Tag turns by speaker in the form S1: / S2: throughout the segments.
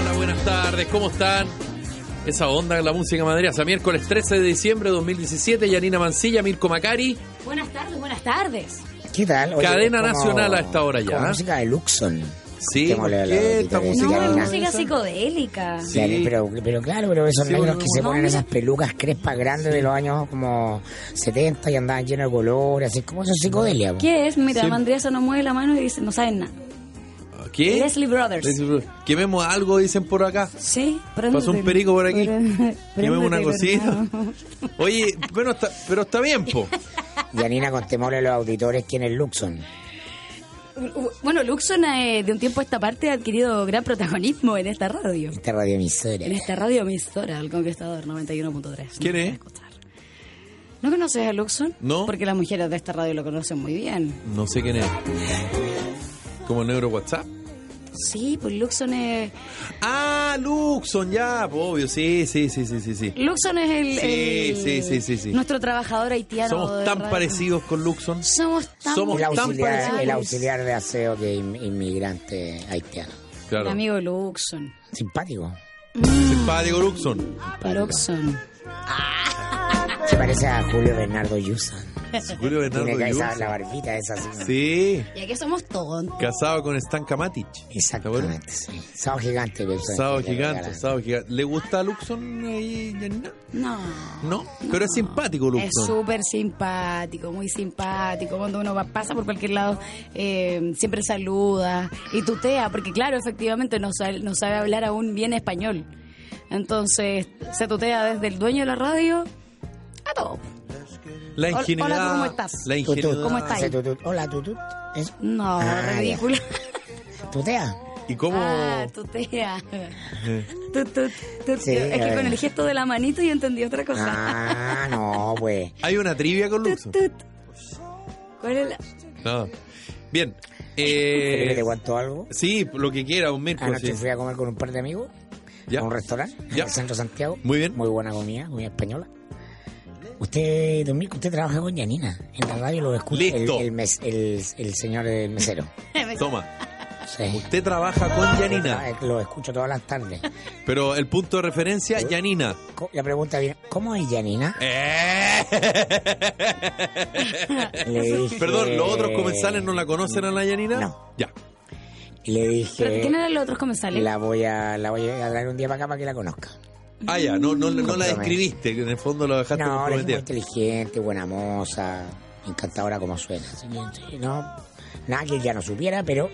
S1: Hola, buenas tardes, ¿cómo están? Esa onda, la música madriaza. Miércoles 13 de diciembre de 2017, Yanina Mancilla, Mirko Macari,
S2: Buenas tardes, buenas tardes.
S3: ¿Qué tal?
S1: Cadena nacional a esta hora ya,
S3: como
S1: ¿eh?
S3: música de Luxon.
S1: Sí,
S3: Tengo la-
S1: ¿por
S3: la-
S1: qué
S3: la-
S1: esta
S3: la-
S1: música?
S3: la-
S2: No,
S3: la-
S2: es
S3: la-
S2: música psicodélica.
S1: Sí.
S3: Dale, pero, pero claro, pero esos
S1: Sí,
S3: negros
S1: bueno,
S3: que se
S2: no,
S3: ponen
S2: mira.
S3: esas pelucas crespas grandes de los años como 70 y andaban llenos de color, así como esos psicodelia. po.
S2: ¿Qué es? Mira,
S1: Sí.
S2: Mandriazo no mueve la mano y dice, no saben nada.
S1: ¿Qué?
S2: Leslie Brothers.
S1: Leslie Brothers. Quememos algo, dicen por acá.
S2: Sí,
S1: Pasó un perico por aquí. Quememos
S2: Quememos
S1: una cosita. Oye, bueno, está- pero está bien, po.
S3: Yanina, contémosle a los auditores quién es Luxon.
S2: Bueno, Luxon eh, de un tiempo a esta parte ha adquirido gran protagonismo en esta radio.
S3: Esta radioemisora.
S2: En esta radio emisora, El Conquistador 91.3.
S1: ¿Quién
S2: No
S1: es?
S2: puedes escuchar. ¿No conoces a Luxon?
S1: No.
S2: Porque las mujeres de esta radio lo conocen muy bien.
S1: No sé quién es. ¿Como el negro WhatsApp?
S2: Sí, pues Luxon es...
S1: Ah, Luxon, ya, po, obvio, sí, sí, sí, sí, sí. sí.
S2: Luxon es el...
S1: Sí,
S2: el-
S1: sí, sí, sí, sí.
S2: Nuestro trabajador haitiano.
S1: Somos
S2: de
S1: tan
S2: radio.
S1: parecidos con Luxon.
S2: Somos tan
S1: Somos
S3: El
S1: tan
S3: auxiliar,
S1: parecidos.
S3: el auxiliar de aseo de in- inmigrante haitiano.
S2: Mi
S1: Claro.
S2: amigo Luxon.
S3: Simpático.
S1: Simpático Luxon.
S2: Luxon.
S3: Se parece a Julio Bernardo Yusa.
S1: Julio Bernardo
S3: Tiene que esa-
S1: Yusa.
S3: la barbita esa así.
S1: Sí,
S2: Y aquí somos tontos.
S1: casado con Stanka Matic. ¿Te
S3: Exactamente, sí. Sábado gigante. este, pero
S1: acuerdas?
S3: eso es
S1: Sábado
S3: que le
S1: gigante,
S3: regalan.
S1: sábado gigante. ¿Le gusta Luxon ahí, Yanina?
S2: No.
S1: No, pero es simpático
S2: Es
S1: Luxon.
S2: súper simpático, muy simpático. Cuando uno va- pasa por cualquier lado, eh, siempre saluda y tutea, porque claro, efectivamente no sabe, no sabe hablar aún bien español. Entonces, se tutea desde el dueño de la radio a todo.
S1: La
S2: Hola,
S1: ingenuidad.
S2: hola, ¿cómo estás?
S1: La ingenuidad.
S3: Tutut.
S2: ¿Cómo estás?
S3: Hace tutut. Hola, tutut. ¿Es
S2: No,
S3: Ah,
S2: ridículo.
S3: tutea?
S1: ¿Y cómo?
S2: Ah, tutea. Tu, tu, tu,
S3: Sí,
S2: es que
S3: eh.
S2: con el gesto de la manito yo entendí otra cosa.
S3: Ah, no, pues.
S1: ¿Hay una trivia con Luxon?
S2: Tut, tut. ¿Cuál es la-
S1: No. Bien.
S3: ¿Quieres que
S1: Eh,
S3: te cuento algo?
S1: sí, lo que quiera, un Mirko.
S3: Anoche
S1: sí.
S3: fui a comer con un par de amigos
S1: Ya.
S3: a un restaurante
S1: Ya.
S3: en el centro de Santiago.
S1: Muy bien.
S3: Muy buena comida, comida española. Usted, don Mirko, usted trabaja con Yanina. En la radio lo escucha el,
S1: Listo.
S3: el, mes- el, el señor del mesero.
S1: Toma,
S3: Sí.
S1: usted trabaja con Yanina,
S3: Ah, Lo escucho todas las tardes.
S1: pero el punto de referencia,
S3: ¿Eh?
S1: Yanina.
S3: Co- La pregunta viene, ¿cómo es Yanina?
S1: Eh.
S3: Le dije-
S1: Perdón, los otros comensales no la conocen a la Yanina.
S3: No.
S1: Ya.
S3: Le dije...
S2: ¿Pero quién eran los otros comensales?
S3: La voy a, la voy a traer un día para acá para que la conozca.
S1: Ah, ya, no, no, no la
S3: Comprometo.
S1: describiste, que en el fondo la dejaste
S3: No, ahora es muy
S1: comprometida.
S3: inteligente, buena moza, encantadora como suena. Sí, sí, No, nada que ya no supiera, pero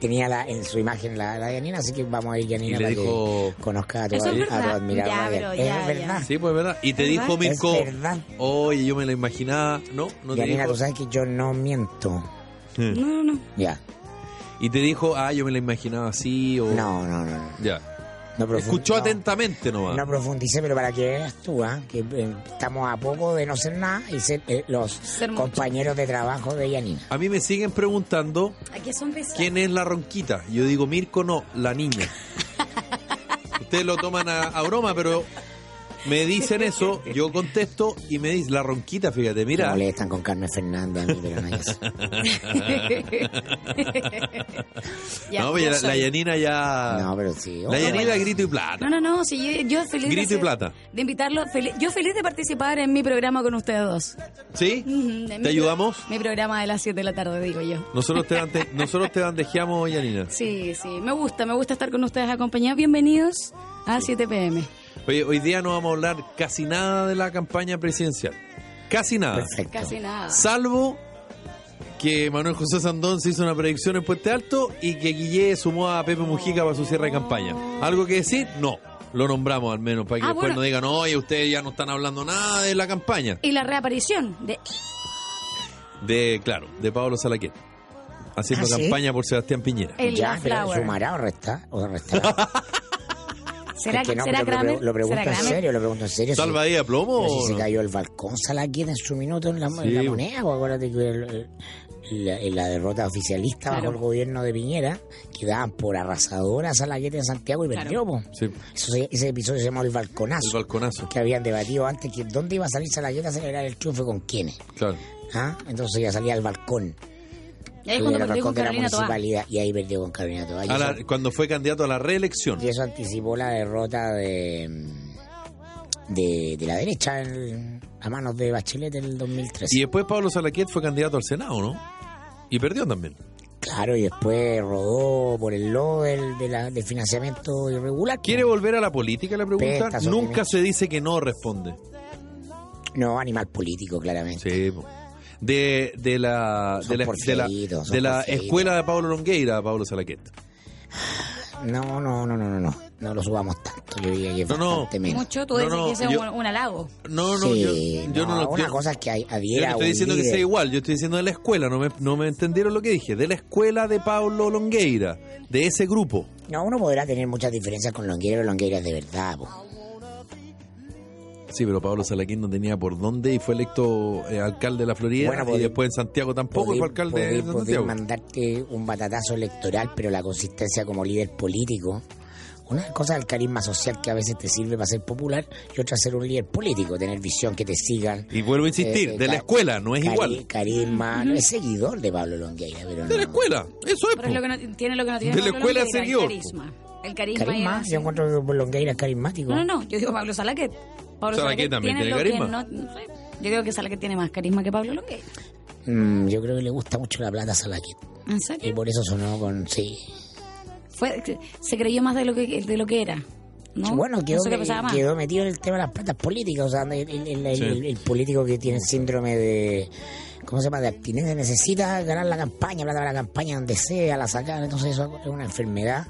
S3: tenía la, en su imagen la, la Yanina, así que vamos a ir
S1: Y
S3: Yanina
S1: le
S3: para
S1: dijo-
S3: que conozca a tu,
S2: Eso es
S3: a tu
S2: verdad. Ya,
S3: admiradora.
S2: pero
S3: Es
S2: ya, ya.
S3: verdad.
S1: Sí, pues verdad. Y te dijo
S3: Es
S1: Mirko,
S3: verdad.
S1: oye, yo me la imaginaba, ¿no? No te
S3: Yanina,
S1: dijo.
S3: tú sabes que yo no miento.
S2: No, no, no.
S3: Ya.
S1: Y te dijo, ah, yo me la imaginaba así o...
S3: No, no, no. no.
S1: Ya.
S3: No profundi-
S1: Oh. Escuchó
S3: no,
S1: atentamente nomás.
S3: No profundicé, pero para que veas tú, ¿ah? que eh, estamos a poco de no ser nada y ser eh, los
S2: Ser mucho.
S3: compañeros de trabajo de Yanina.
S1: A mí me siguen preguntando
S2: Aquí son besados.
S1: quién es la ronquita. Yo digo, Mirko no, la niña. Ustedes lo toman a, a broma, pero me dicen eso, yo contesto y me dicen, la ronquita, fíjate,
S3: Me
S1: mira.
S3: molestan con Carmen Fernández a mí, pero no hay eso.
S2: Ya,
S1: no,
S2: yo
S1: pero la, la
S2: soy-
S1: Yanina ya...
S3: No, pero sí. oh,
S1: La
S3: ojo,
S1: Yanina
S3: bueno.
S1: grito y plata.
S2: No, no, no, sí, yo, yo feliz de
S1: Grito y
S2: ser-
S1: plata.
S2: De invitarlo, fel- yo feliz de participar en mi programa con ustedes dos.
S1: ¿Sí?
S2: Ujú, de mi
S1: ¿Te
S2: pro-
S1: ayudamos?
S2: Mi programa de las 7 de la tarde, digo yo.
S1: Nosotros te, bande- nosotros te bandejeamos, Yanina.
S2: Sí, sí, me gusta, me gusta estar con ustedes acompañados. Bienvenidos a 7 pm.
S1: Oye, hoy día no vamos a hablar casi nada de la campaña presidencial. Casi nada.
S3: Perfecto.
S2: Casi nada.
S1: Salvo que Manuel José Sandón se hizo una predicción en Puente Alto y que Guillé sumó a Pepe Mujica para su cierre de campaña. ¿Algo que decir? No. Lo nombramos al menos para que
S2: Ah,
S1: después
S2: bueno.
S1: no digan, oye, ustedes ya no están hablando nada de la campaña.
S2: Y la reaparición de
S1: De, claro, de Pablo Salaquet. Haciendo
S3: Ah, ¿sí?
S1: campaña por Sebastián Piñera.
S2: El
S3: ya,
S2: La
S3: pero
S2: Flower.
S3: ¿sumará o resta? ¿O restará?
S2: ¿Será,
S3: Es que no,
S2: será
S3: pero lo,
S2: Kramer?
S3: pre- lo pregunto
S2: ¿Será
S3: en
S2: Kramer?
S3: serio, lo pregunto en serio. si-
S1: ¿Salva ahí a plomo
S3: pero
S1: o
S3: si se
S1: no?
S3: cayó el balcón Salaquien en su minuto en la, en
S1: Sí.
S3: la moneda, pues, acuérdate que el- el- la, en la derrota oficialista
S2: Claro.
S3: bajo el gobierno de Piñera, quedaban por arrasadora Salaquien en Santiago y
S2: Claro.
S3: perdió. pues. po.
S1: Sí,
S3: Eso se- ese episodio se llamó El Balconazo,
S1: el balconazo.
S3: que habían debatido antes que dónde iba a salir Salaquien a celebrar el triunfo y con quiénes.
S1: Claro.
S3: ¿Ah? Entonces ya salía al balcón.
S2: Ahí es
S3: Y
S2: cuando
S3: era el
S2: perdió con
S3: balcón de la
S2: Carolina Toa.
S3: municipalidad y ahí perdió con Carolina Toa. Y
S1: A la-
S3: eso-
S1: cuando fue candidato a la reelección.
S3: Y eso anticipó la derrota de, mm, de, de la derecha en- a manos de Bachelet en el 2013.
S1: Y después Pablo Salaquet fue candidato al Senado, ¿no? Y perdió también.
S3: Claro, y después rodó por el lodo del, de la- del financiamiento irregular.
S1: ¿Quiere volver a la política la pregunta?
S3: Pesta, Sotomayor.
S1: Nunca se dice que no responde.
S3: No, animal político, claramente.
S1: Sí. po. De, de la, de la,
S3: Son
S1: de la,
S3: porfiaditos, son
S1: de la
S3: porfiaditos.
S1: escuela de Pablo Longueira, Pablo Salaquet.
S3: No, no, no, no, no, no. No lo subamos tanto. Yo diría que
S1: No, no.
S3: bastante menos.
S2: Mucho, tú
S1: No,
S2: dices
S1: no,
S2: que ese es
S1: yo-
S2: un, un halago.
S1: No, no,
S3: Sí,
S1: yo, yo no,
S3: no,
S1: lo
S3: Una
S1: yo-
S3: cosa es que
S1: yo no
S3: adhiera a
S1: estoy
S3: un
S1: diciendo que
S3: líder.
S1: sea igual, yo estoy diciendo de la escuela, no me, no me entendieron lo que dije, de la escuela de Pablo Longueira, de ese grupo.
S3: No, uno podrá tener muchas diferencias con Longueira, pero Longueira es de verdad. pues. po.
S1: Sí, pero Pablo Salaquet no tenía por dónde y fue electo eh, alcalde de la Florida
S3: Bueno,
S1: y
S3: podí-
S1: después en Santiago tampoco
S3: Podéis-
S1: fue alcalde
S3: podéis-
S1: de
S3: podéis
S1: Santiago.
S3: mandarte un batatazo electoral, pero la consistencia como líder político. Una cosa es el carisma social que a veces te sirve para ser popular y otra ser un líder político, tener visión, que te sigan.
S1: Y vuelvo a insistir,
S3: Eh, eh,
S1: de la
S3: ca-
S1: escuela, no es
S3: Cari-
S1: igual.
S3: Carisma, no es seguidor de Pablo Longueira, pero
S1: De la
S3: no.
S1: escuela, eso es.
S2: Pero es lo
S1: po.
S2: que no, tiene lo que no tiene
S1: De la
S2: Pablo
S1: escuela
S2: Longueira,
S1: seguidor,
S2: El carisma. El carisma.
S3: Carisma,
S2: era-
S3: yo encuentro que Pablo Longueira es carismático.
S2: No, no, no. Yo digo Pablo Salaquet. Pablo
S1: Salaquet también tiene
S2: lo
S1: carisma.
S2: que no- no sé. Yo creo que Salaquet tiene más carisma que Pablo Longueira.
S3: Mm, yo creo que le gusta mucho la plata a Salaquet.
S2: ¿En
S3: Y
S1: Eh,
S2: serio?
S3: por eso sonó con. Sí.
S2: Fue, se creyó más de lo que, de lo que era. ¿no?
S3: Bueno, quedó,
S2: Eso que
S3: me-
S2: pensaba más.
S3: quedó metido en el tema de las patas políticas. O sea, el, el- el- el-
S1: Sí.
S3: el- el político que tiene el síndrome de. ¿Cómo se llama? De abstinencia. Necesita ganar la campaña, plata para la campaña donde sea, la sacar. Entonces, eso es una enfermedad.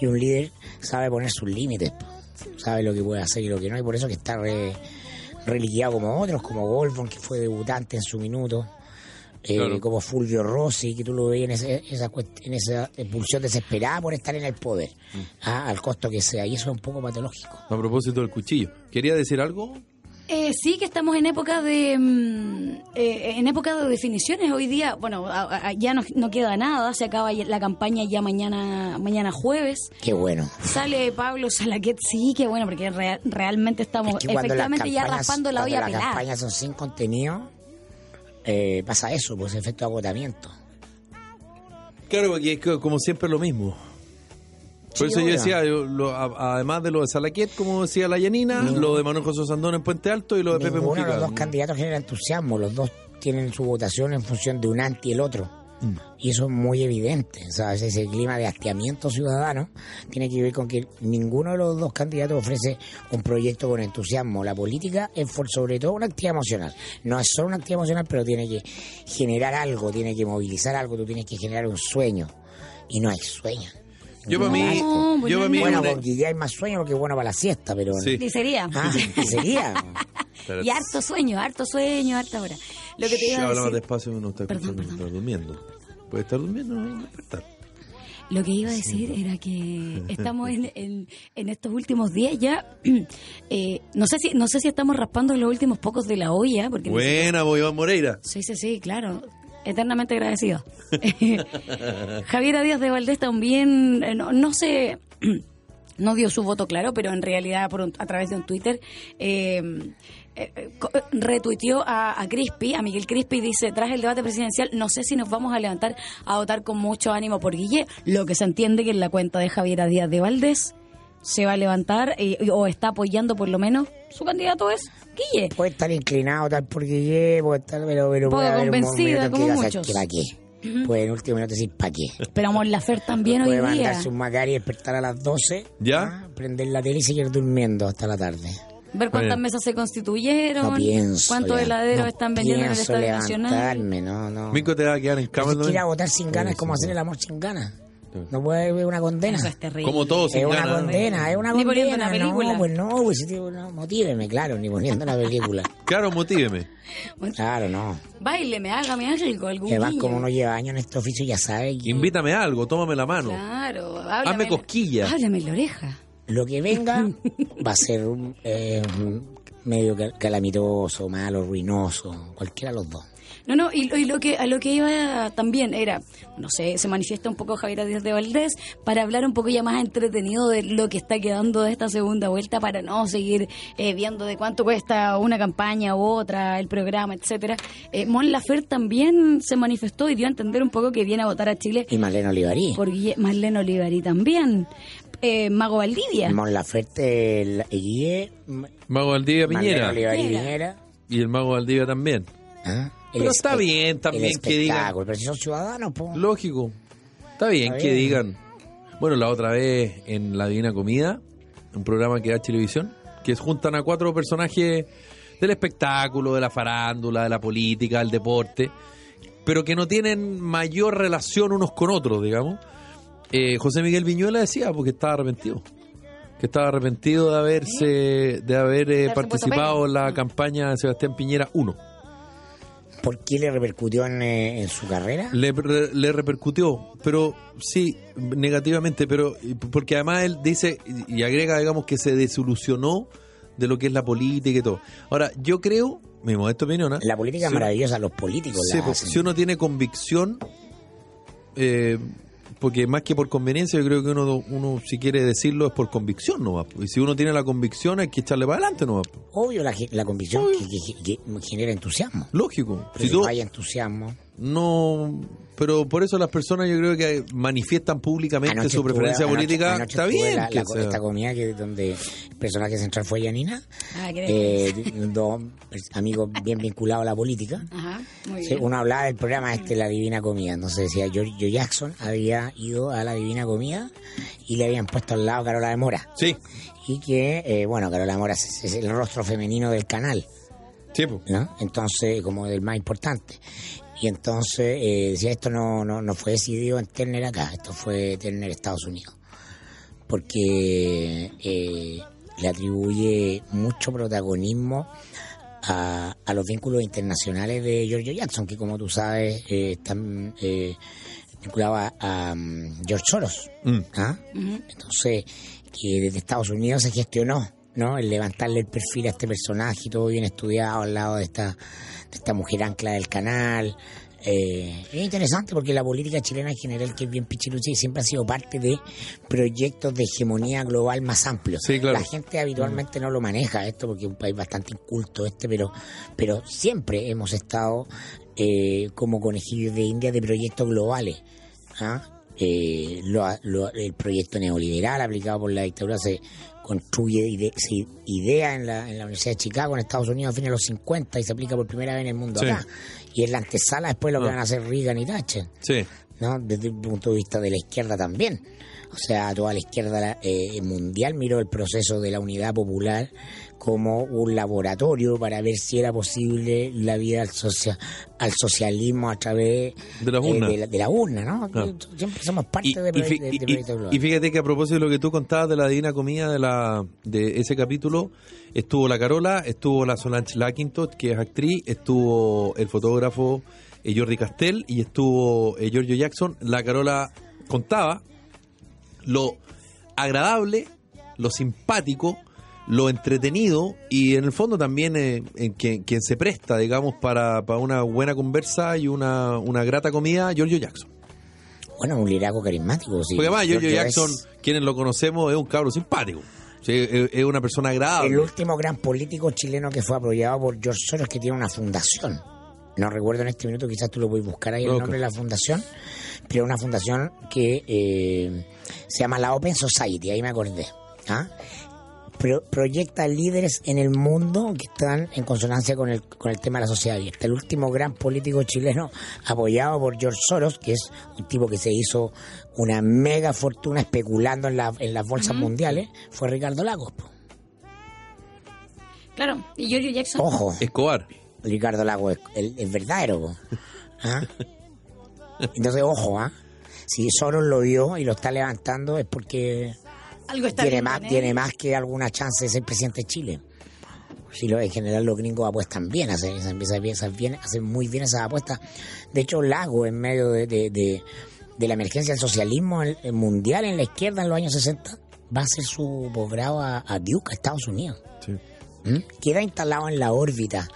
S3: Y un líder sabe poner sus límites. po. Sabe lo que puede hacer y lo que no. Y por eso que está re, reliquiado como otros, como Goldborn, que fue debutante en su minuto. eh,
S1: Claro.
S3: Como Fulvio Rossi, que tú lo veías en, ese- esa cuest- en esa pulsión desesperada por estar en el poder, ah, al costo que sea. Y eso es un poco patológico.
S1: A propósito del cuchillo, ¿quería decir algo?
S2: Eh, sí, que estamos en época de mm, eh, en época de definiciones. Hoy día, bueno, a- a- ya no, no queda nada. Se acaba ya- la campaña ya mañana mañana jueves.
S3: Qué bueno.
S2: Sale Pablo Salaquet. Sí, qué bueno, porque rea- realmente estamos
S3: Es que cuando las
S2: efectivamente ya
S3: campañas-
S2: raspando la
S3: cuando
S2: olla
S3: las
S2: pelada.
S3: campañas son sin contenido, eh, pasa eso, pues efecto agotamiento.
S1: Claro, porque es co- como siempre lo mismo. Por
S3: Sí,
S1: eso yo
S3: obvio.
S1: decía, yo, lo- a- además de lo de Salaquet, como decía la Yanina, lo de Manuel José Sandón en Puente Alto y lo de Pepe
S3: Ninguno de
S1: Mujica.
S3: los dos candidatos genera entusiasmo, los dos tienen su votación en función de un anti y el otro.
S1: Mm.
S3: Y eso es muy evidente, ¿sabes? Ese clima de hastiamiento ciudadano tiene que ver con que ninguno de los dos candidatos ofrece un proyecto con entusiasmo. La política es por- sobre todo una actividad emocional. No es solo una actividad emocional, pero tiene que generar algo, tiene que movilizar algo, tú tienes que generar un sueño. Y no hay sueño.
S1: Yo para mí,
S2: No,
S1: yo para mí
S3: Bueno,
S1: una-
S3: con Guille hay más sueño porque es bueno para la siesta, pero...
S1: Sí.
S2: Dicería.
S3: Ah, ¿qué sería?
S1: Espérate,
S2: Y harto sueño, harto sueño, harta hora. Lo que te iba
S1: ya
S2: a
S1: hablaba
S2: decir.
S1: despacio uno está escuchando que está durmiendo. Puede estar durmiendo, no despertar.
S2: Lo que iba a decir era que estamos en, en- en estos últimos días ya. eh, no sé si no sé si estamos raspando los últimos pocos de la olla, porque ni
S1: Buena, voy Iván Moreira.
S2: Sí, sí, sí, claro. Eternamente agradecido. Javiera Díaz de Valdés también, eh, no, no sé, no dio su voto claro, pero en realidad por un- a través de un Twitter eh, eh, eh, co- eh, retuiteó a, a Crispi, a Miguel Crispi, y dice, tras el debate presidencial, no sé si nos vamos a levantar a votar con mucho ánimo por Guille, lo que se entiende que en la cuenta de Javiera Díaz de Valdés se va a levantar eh, o está apoyando por lo menos su candidato es Guille.
S3: Puede estar inclinado tal por Guille, puede estar, pero, pero
S2: Poco
S3: puede haber un
S2: convencida,
S3: momento en
S2: como
S3: que diga,
S2: muchos.
S3: ¿sabes qué? ¿Para qué? Puede en último minuto decir, ¿para qué?
S2: Esperamos la Fer también hoy
S3: puede
S2: día.
S3: mandarse un Macari y despertar a las 12,
S1: ¿Ya?
S3: ah, prender la tele y seguir durmiendo hasta la tarde.
S2: Ver cuántas
S1: Bueno.
S2: mesas se constituyeron,
S3: No pienso.
S2: cuántos
S3: ya.
S2: heladeros
S3: No
S2: están vendiendo en el
S3: pienso
S2: Estadio Nacional.
S3: levantarme, No, no.
S1: Minco te va a quedar en cama.
S3: Es que ir a
S1: ¿no?
S3: votar sin ganas es como hacer el amor sin ganas. No puede haber una condena.
S2: Eso es terrible.
S1: Como todos
S3: Es
S1: sin
S3: una
S1: ganas.
S3: condena, es una
S2: Ni poniendo
S3: condena.
S2: una película.
S3: No, pues no, güey, si te- no, motíveme, claro, ni poniendo la película.
S1: Claro, motíveme.
S3: Claro, no.
S2: Baileme, hágame algo, algún
S3: Además,
S2: guiño.
S3: como uno lleva años en este oficio, ya sabe que
S1: Invítame a algo, tómame la mano.
S2: Claro, háblame.
S1: Hazme cosquillas.
S2: Háblame en la oreja.
S3: lo que venga va a ser un, eh, un medio cal- calamitoso, malo, ruinoso, cualquiera de los dos.
S2: No, no, y, lo- y lo que, a lo que iba también era, no sé, se manifiesta un poco Javier Díaz de Valdés para hablar un poco ya más entretenido de lo que está quedando de esta segunda vuelta para no seguir eh, viendo de cuánto cuesta una campaña u otra, el programa, etcétera. Eh, Mon Lafer también se manifestó y dio a entender un poco que viene a votar a Chile
S3: Y Malena Olivarí.
S2: por Guille- Marlene Olivari también. Eh, Mago Valdivia.
S3: Mon Laferte, la- Guille, M-
S1: Mago Valdivia
S3: Malena
S1: Piñera.
S3: Olivarí
S2: Piñera.
S3: Piñera.
S1: Y el Mago Valdivia también.
S3: ¿Ah? El
S1: Pero está
S3: espect-
S1: bien también
S3: el
S1: que digan-
S3: espectáculo, Pero si son ciudadanos, po.
S1: Lógico. Está bien
S3: Está
S1: que
S3: bien.
S1: digan. Bueno, la otra vez en La Divina Comida, un programa que da Televisión, que juntan a cuatro personajes del espectáculo, de la farándula, de la política, del deporte, pero que no tienen mayor relación unos con otros, digamos. Eh, José Miguel Viñuela decía porque estaba arrepentido. Que estaba arrepentido de haberse de haber eh,
S2: haberse puesto
S1: participado en
S2: peine.
S1: la
S2: Mm.
S1: campaña de Sebastián Piñera 1.
S3: ¿Por qué le repercutió en, eh, en su carrera?
S1: Le, re- le repercutió, pero sí, negativamente, pero porque además él dice y agrega, digamos, que se desilusionó de lo que es la política y todo. Ahora, yo creo, mi modesta opinión, ¿ah?
S3: La política es
S1: Sí.
S3: maravillosa, los políticos
S1: Sí,
S3: la
S1: pues,
S3: hacen.
S1: si uno tiene convicción, eh, porque más que por conveniencia, yo creo que uno, uno si quiere decirlo es por convicción nomás. pues. Y si uno tiene la convicción hay que echarle para adelante nomás. pues.
S3: Obvio la, ge- la convicción que, que- que genera entusiasmo.
S1: Lógico.
S3: Pero
S1: Si
S3: si
S1: tú
S3: no hay entusiasmo,
S1: no... Pero por eso las personas yo creo que manifiestan públicamente
S3: Anoche
S1: su preferencia
S3: estuve- anoche-
S1: política.
S3: anoche
S1: Está
S3: estuve
S1: bien.
S3: La,
S1: que
S3: la-
S1: sea.
S3: esta comida que, donde el personaje central fue Yanina,
S2: Ah, ¿querés?
S3: eh, dos pers- amigos bien vinculados a la política.
S2: Ajá, muy
S3: Sí,
S2: bien.
S3: uno hablaba del programa este La Divina Comida, entonces decía, yo, yo Jackson había ido a La Divina Comida y le habían puesto al lado a Carola de Mora.
S1: Sí,
S3: Y que, eh, bueno, Carola de Mora es, es el rostro femenino del canal,
S1: sí, po.
S3: ¿no? Entonces, como el más importante. Y entonces eh, decía, esto no, no, no fue decidido en Turner acá, esto fue Turner Estados Unidos. Porque eh, le atribuye mucho protagonismo a, a los vínculos internacionales de Giorgio Jackson, que como tú sabes eh, están eh, vinculados a, a, mm, George Soros.
S1: Mm.
S3: ¿ah? Entonces, que desde Estados Unidos se gestionó, ¿no? El levantarle el perfil a este personaje y todo bien estudiado al lado de esta, de esta mujer ancla del canal. Eh, es interesante porque la política chilena en general, que es bien pichilucha y siempre ha sido parte de proyectos de hegemonía global más amplios.
S1: Sí, claro.
S3: La gente habitualmente no lo maneja esto porque es un país bastante inculto este, pero, pero siempre hemos estado eh, como conejillos de India de proyectos globales. ¿ah? Eh, lo- lo- el proyecto neoliberal aplicado por la dictadura se construye y de- se idea en la, en la Universidad de Chicago, en Estados Unidos, a fines de los 50 y se aplica por primera vez en el mundo
S1: Sí.
S3: acá. Y es la antesala después de lo que
S1: Ah.
S3: van a hacer Reagan y Thatcher.
S1: Sí.
S3: ¿no? Desde el punto de vista de la izquierda también. O sea, toda la izquierda eh, mundial miró el proceso de la unidad popular como un laboratorio para ver si era posible la vida al, socia- al socialismo a través eh,
S1: De las urnas.
S3: de, la, de la urna, ¿no?
S1: Ah.
S3: Siempre somos parte
S1: Y,
S3: de,
S1: y fi-
S3: de- este de
S1: y-
S3: proyectos globales.
S1: y fíjate que a propósito de lo que tú contabas de la divina comida de la de ese capítulo, estuvo la Carola, estuvo la Solange Lakintot, que es actriz, estuvo el fotógrafo eh, Jordi Castell y estuvo eh, Giorgio Jackson. La Carola contaba lo agradable, lo simpático, lo entretenido y en el fondo también eh, en quien, quien se presta, digamos, para, para una buena conversa y una, una grata comida, Giorgio Jackson.
S3: Bueno, un liderazgo carismático. sí.
S1: Porque además, Giorgio
S3: Giorgio
S1: Jackson,
S3: es
S1: quienes lo conocemos, es un cabro simpático. Sí, es, es una persona agradable.
S3: El último gran político chileno que fue apoyado por George Soros, que tiene una fundación. No recuerdo en este minuto, quizás tú lo puedes buscar ahí el
S1: Ok.
S3: nombre de la fundación, pero una fundación que eh, se llama la Open Society, ahí me acordé. ¿ah? Pro- proyecta líderes en el mundo que están en consonancia con el, con el tema de la sociedad abierta. El último gran político chileno apoyado por George Soros, que es un tipo que se hizo una mega fortuna especulando en, la- en las bolsas mundiales, fue Ricardo Lagos. po.
S2: Claro, y Giorgio Jackson.
S3: Ojo,
S1: Escobar.
S3: Ricardo Lago es, el, es verdadero. po. ¿Ah? Entonces, ojo, ¿ah? si Soros lo vio y lo está levantando es porque
S2: Algo está bien
S3: tiene
S2: ¿eh?
S3: más,
S2: con él.
S3: tiene más que alguna chance de ser presidente de Chile. Si lo, en general los gringos apuestan bien, hacen, esas- esas- esas bien- hacen muy bien esas apuestas. De hecho, Lago, en medio de, de- de- de la emergencia del socialismo en- en mundial en la izquierda en los años 60, va a hacer su posgrado a, a Duke, a Estados Unidos.
S1: Sí.
S3: ¿Mm? Queda instalado en la órbita.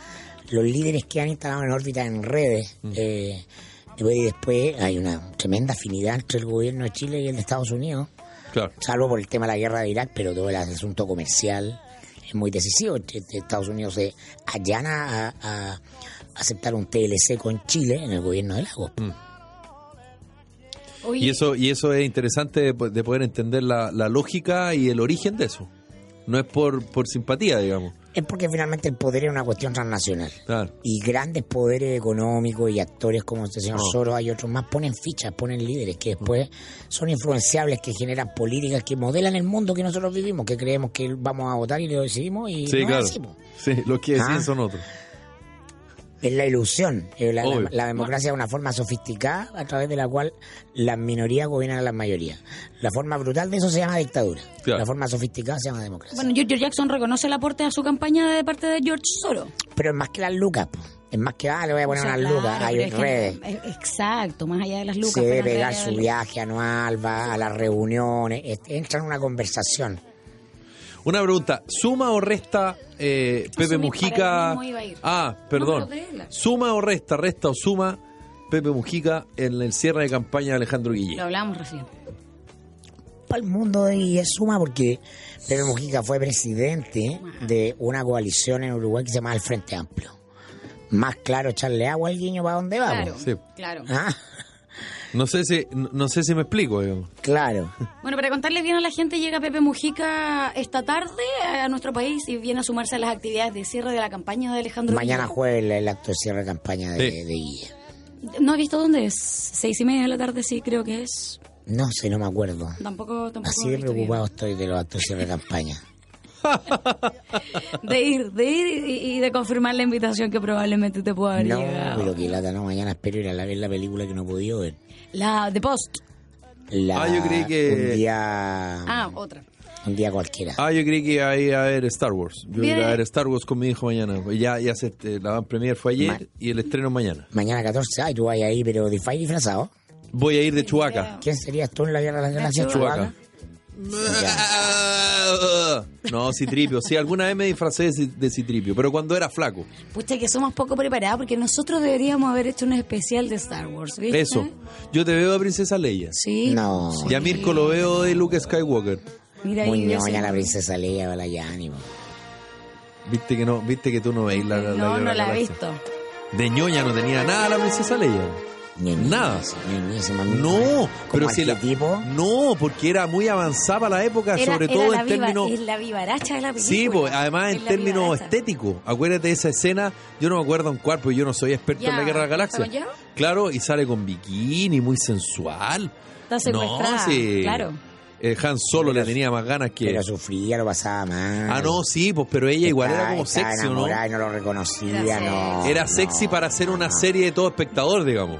S3: Los líderes quedan instalados en órbita en redes. Eh, y después hay una tremenda afinidad entre el gobierno de Chile y el de Estados Unidos
S1: Claro.
S3: salvo por el tema de la guerra de Irak, pero todo el asunto comercial es muy decisivo. Este- este Estados Unidos se allana a, a aceptar un TLC con Chile en el gobierno de Lagos.
S2: Oye,
S1: Y eso, y eso es interesante de, po- de poder entender la, la lógica y el origen de eso. No es por, por simpatía, digamos.
S3: Es porque finalmente el poder es una cuestión transnacional.
S1: Claro.
S3: Y grandes poderes económicos y actores como este señor
S1: Oh.
S3: Soros hay otros más ponen fichas, ponen líderes que después son influenciables, que generan políticas que modelan el mundo que nosotros vivimos, que creemos que vamos a votar y lo decidimos y
S1: Sí,
S3: no
S1: claro.
S3: es así, po.
S1: Sí, los que deciden
S3: Ah.
S1: son otros.
S3: Es la ilusión. Eh, La, la-
S1: Obvio.
S3: la democracia es una forma sofisticada a través de la cual las minorías gobiernan a las mayorías. La forma brutal de eso se llama dictadura.
S1: Claro.
S3: La forma sofisticada se llama democracia.
S2: bueno, Giorgio Jackson reconoce el aporte a su campaña de parte de George Soros.
S3: Pero es más que las lucas. po. Es más que, ah, le voy a poner
S2: O sea,
S3: unas
S2: claro,
S3: lucas.
S2: pero
S3: Hay
S2: es que-
S3: redes.
S2: eh, Exacto, más allá de las lucas.
S3: se debe
S2: pero en
S3: pegar
S2: realidad
S3: su
S2: el-
S3: viaje anual, va a las reuniones, et- entra en una conversación.
S1: Una pregunta, ¿suma o resta eh, Pepe
S2: Asumir para
S1: Mujica?
S2: él mismo iba a ir.
S1: Ah, perdón.
S2: No, pero de él.
S1: ¿Suma o resta, resta o suma Pepe Mujica en el cierre de campaña de Alejandro
S2: Lo
S1: Guille?
S2: hablábamos recién.
S3: Para el mundo y es suma porque Pepe Mujica fue presidente de una coalición en Uruguay que se llama el Frente Amplio. Más claro echarle agua al guiño para dónde vamos.
S2: Claro,
S1: sí.
S2: claro.
S3: Ah,
S1: No sé si no no sé si me explico, digamos.
S3: claro.
S2: Bueno, para contarle bien a la gente, llega Pepe Mujica esta tarde a nuestro país y viene a sumarse a las actividades de cierre de la campaña de Alejandro
S3: Mañana
S2: Guille.
S3: jueves el, el acto de cierre de campaña de,
S1: Sí.
S3: de Guille.
S2: No he visto dónde es. Seis y media de la tarde, sí, creo que es.
S3: No sé, no me acuerdo.
S2: Tampoco, tampoco.
S3: Así
S2: he
S3: de
S2: visto
S3: preocupado estoy de los actos de cierre de campaña.
S2: bien. De ir, de ir y, y de confirmar la invitación que probablemente te pueda haber
S3: No,
S2: llegado.
S3: pero que lata, no. Mañana espero ir a la- ver la película que no he podido ver.
S2: La de Post.
S3: La,
S1: Ah, yo creí que-
S3: Un día,
S2: Ah, otra.
S3: un día cualquiera.
S1: Ah, yo creí que iba a ir a ver Star Wars. Yo iba a ir a
S2: Bien.
S1: ver Star Wars con mi hijo mañana. Ya, ya se, eh, la premier fue ayer
S3: Mal.
S1: y el estreno mañana.
S3: Mañana 14, ay, tú vas ahí, pero de Fai disfrazado.
S1: Voy a ir de Chubaca.
S3: ¿Quién serías tú en la guerra de las galaxias,
S1: Chubaca.
S3: Chewbacca? Ya.
S1: No, Citripio. Sí, alguna vez me disfracé de Ci- de Citripio, pero cuando era flaco.
S2: Pucha, que somos poco preparados porque nosotros deberíamos haber hecho un especial de Star Wars, ¿viste?
S1: Eso. Yo te veo a Princesa Leia.
S2: Sí.
S3: No.
S1: Y a Mirko lo veo de Luke Skywalker.
S2: Mira ahí.
S3: Muy
S2: ese-
S3: ñoña la princesa Leia, la ya ánimo.
S1: Viste que no, viste que tú no veis la, la- la-
S2: no, no la he
S1: galaxia.
S2: visto.
S1: De ñoña no tenía nada la princesa Leia.
S3: Ñoñísima,
S1: Nada.
S3: ñoñísima,
S1: No,
S3: como
S1: pero si la
S3: arquetipo.
S1: No, porque era muy avanzada para la época,
S2: Era-
S1: Ah, sobre
S2: era
S1: todo
S2: la
S1: en
S2: viva-
S1: términos
S2: es la vivaracha de la película.
S1: Sí, pues, además
S2: Es
S1: en
S2: la
S1: términos
S2: vivaracha.
S1: estéticos. Acuérdate de esa escena, yo no me acuerdo en cuál, porque yo no soy experto
S2: Ya,
S1: en la Guerra de la Galaxia.
S2: ¿estamos ya?
S1: Claro, y sale con bikini, muy sensual.
S2: Está secuestrada,
S1: No, sí.
S2: claro.
S1: Eh, Han Solo le tenía más ganas que...
S3: Pero sufría, lo pasaba mal.
S1: Ah, no, sí, pues, pero ella igual era
S3: Estaba-
S1: como
S3: estaba
S1: sexy, ¿o ¿no?
S3: enamorada y no lo reconocía,
S2: Era
S3: no.
S1: Era sexy
S3: no,
S1: para hacer una
S3: no.
S1: serie de todo espectador, digamos.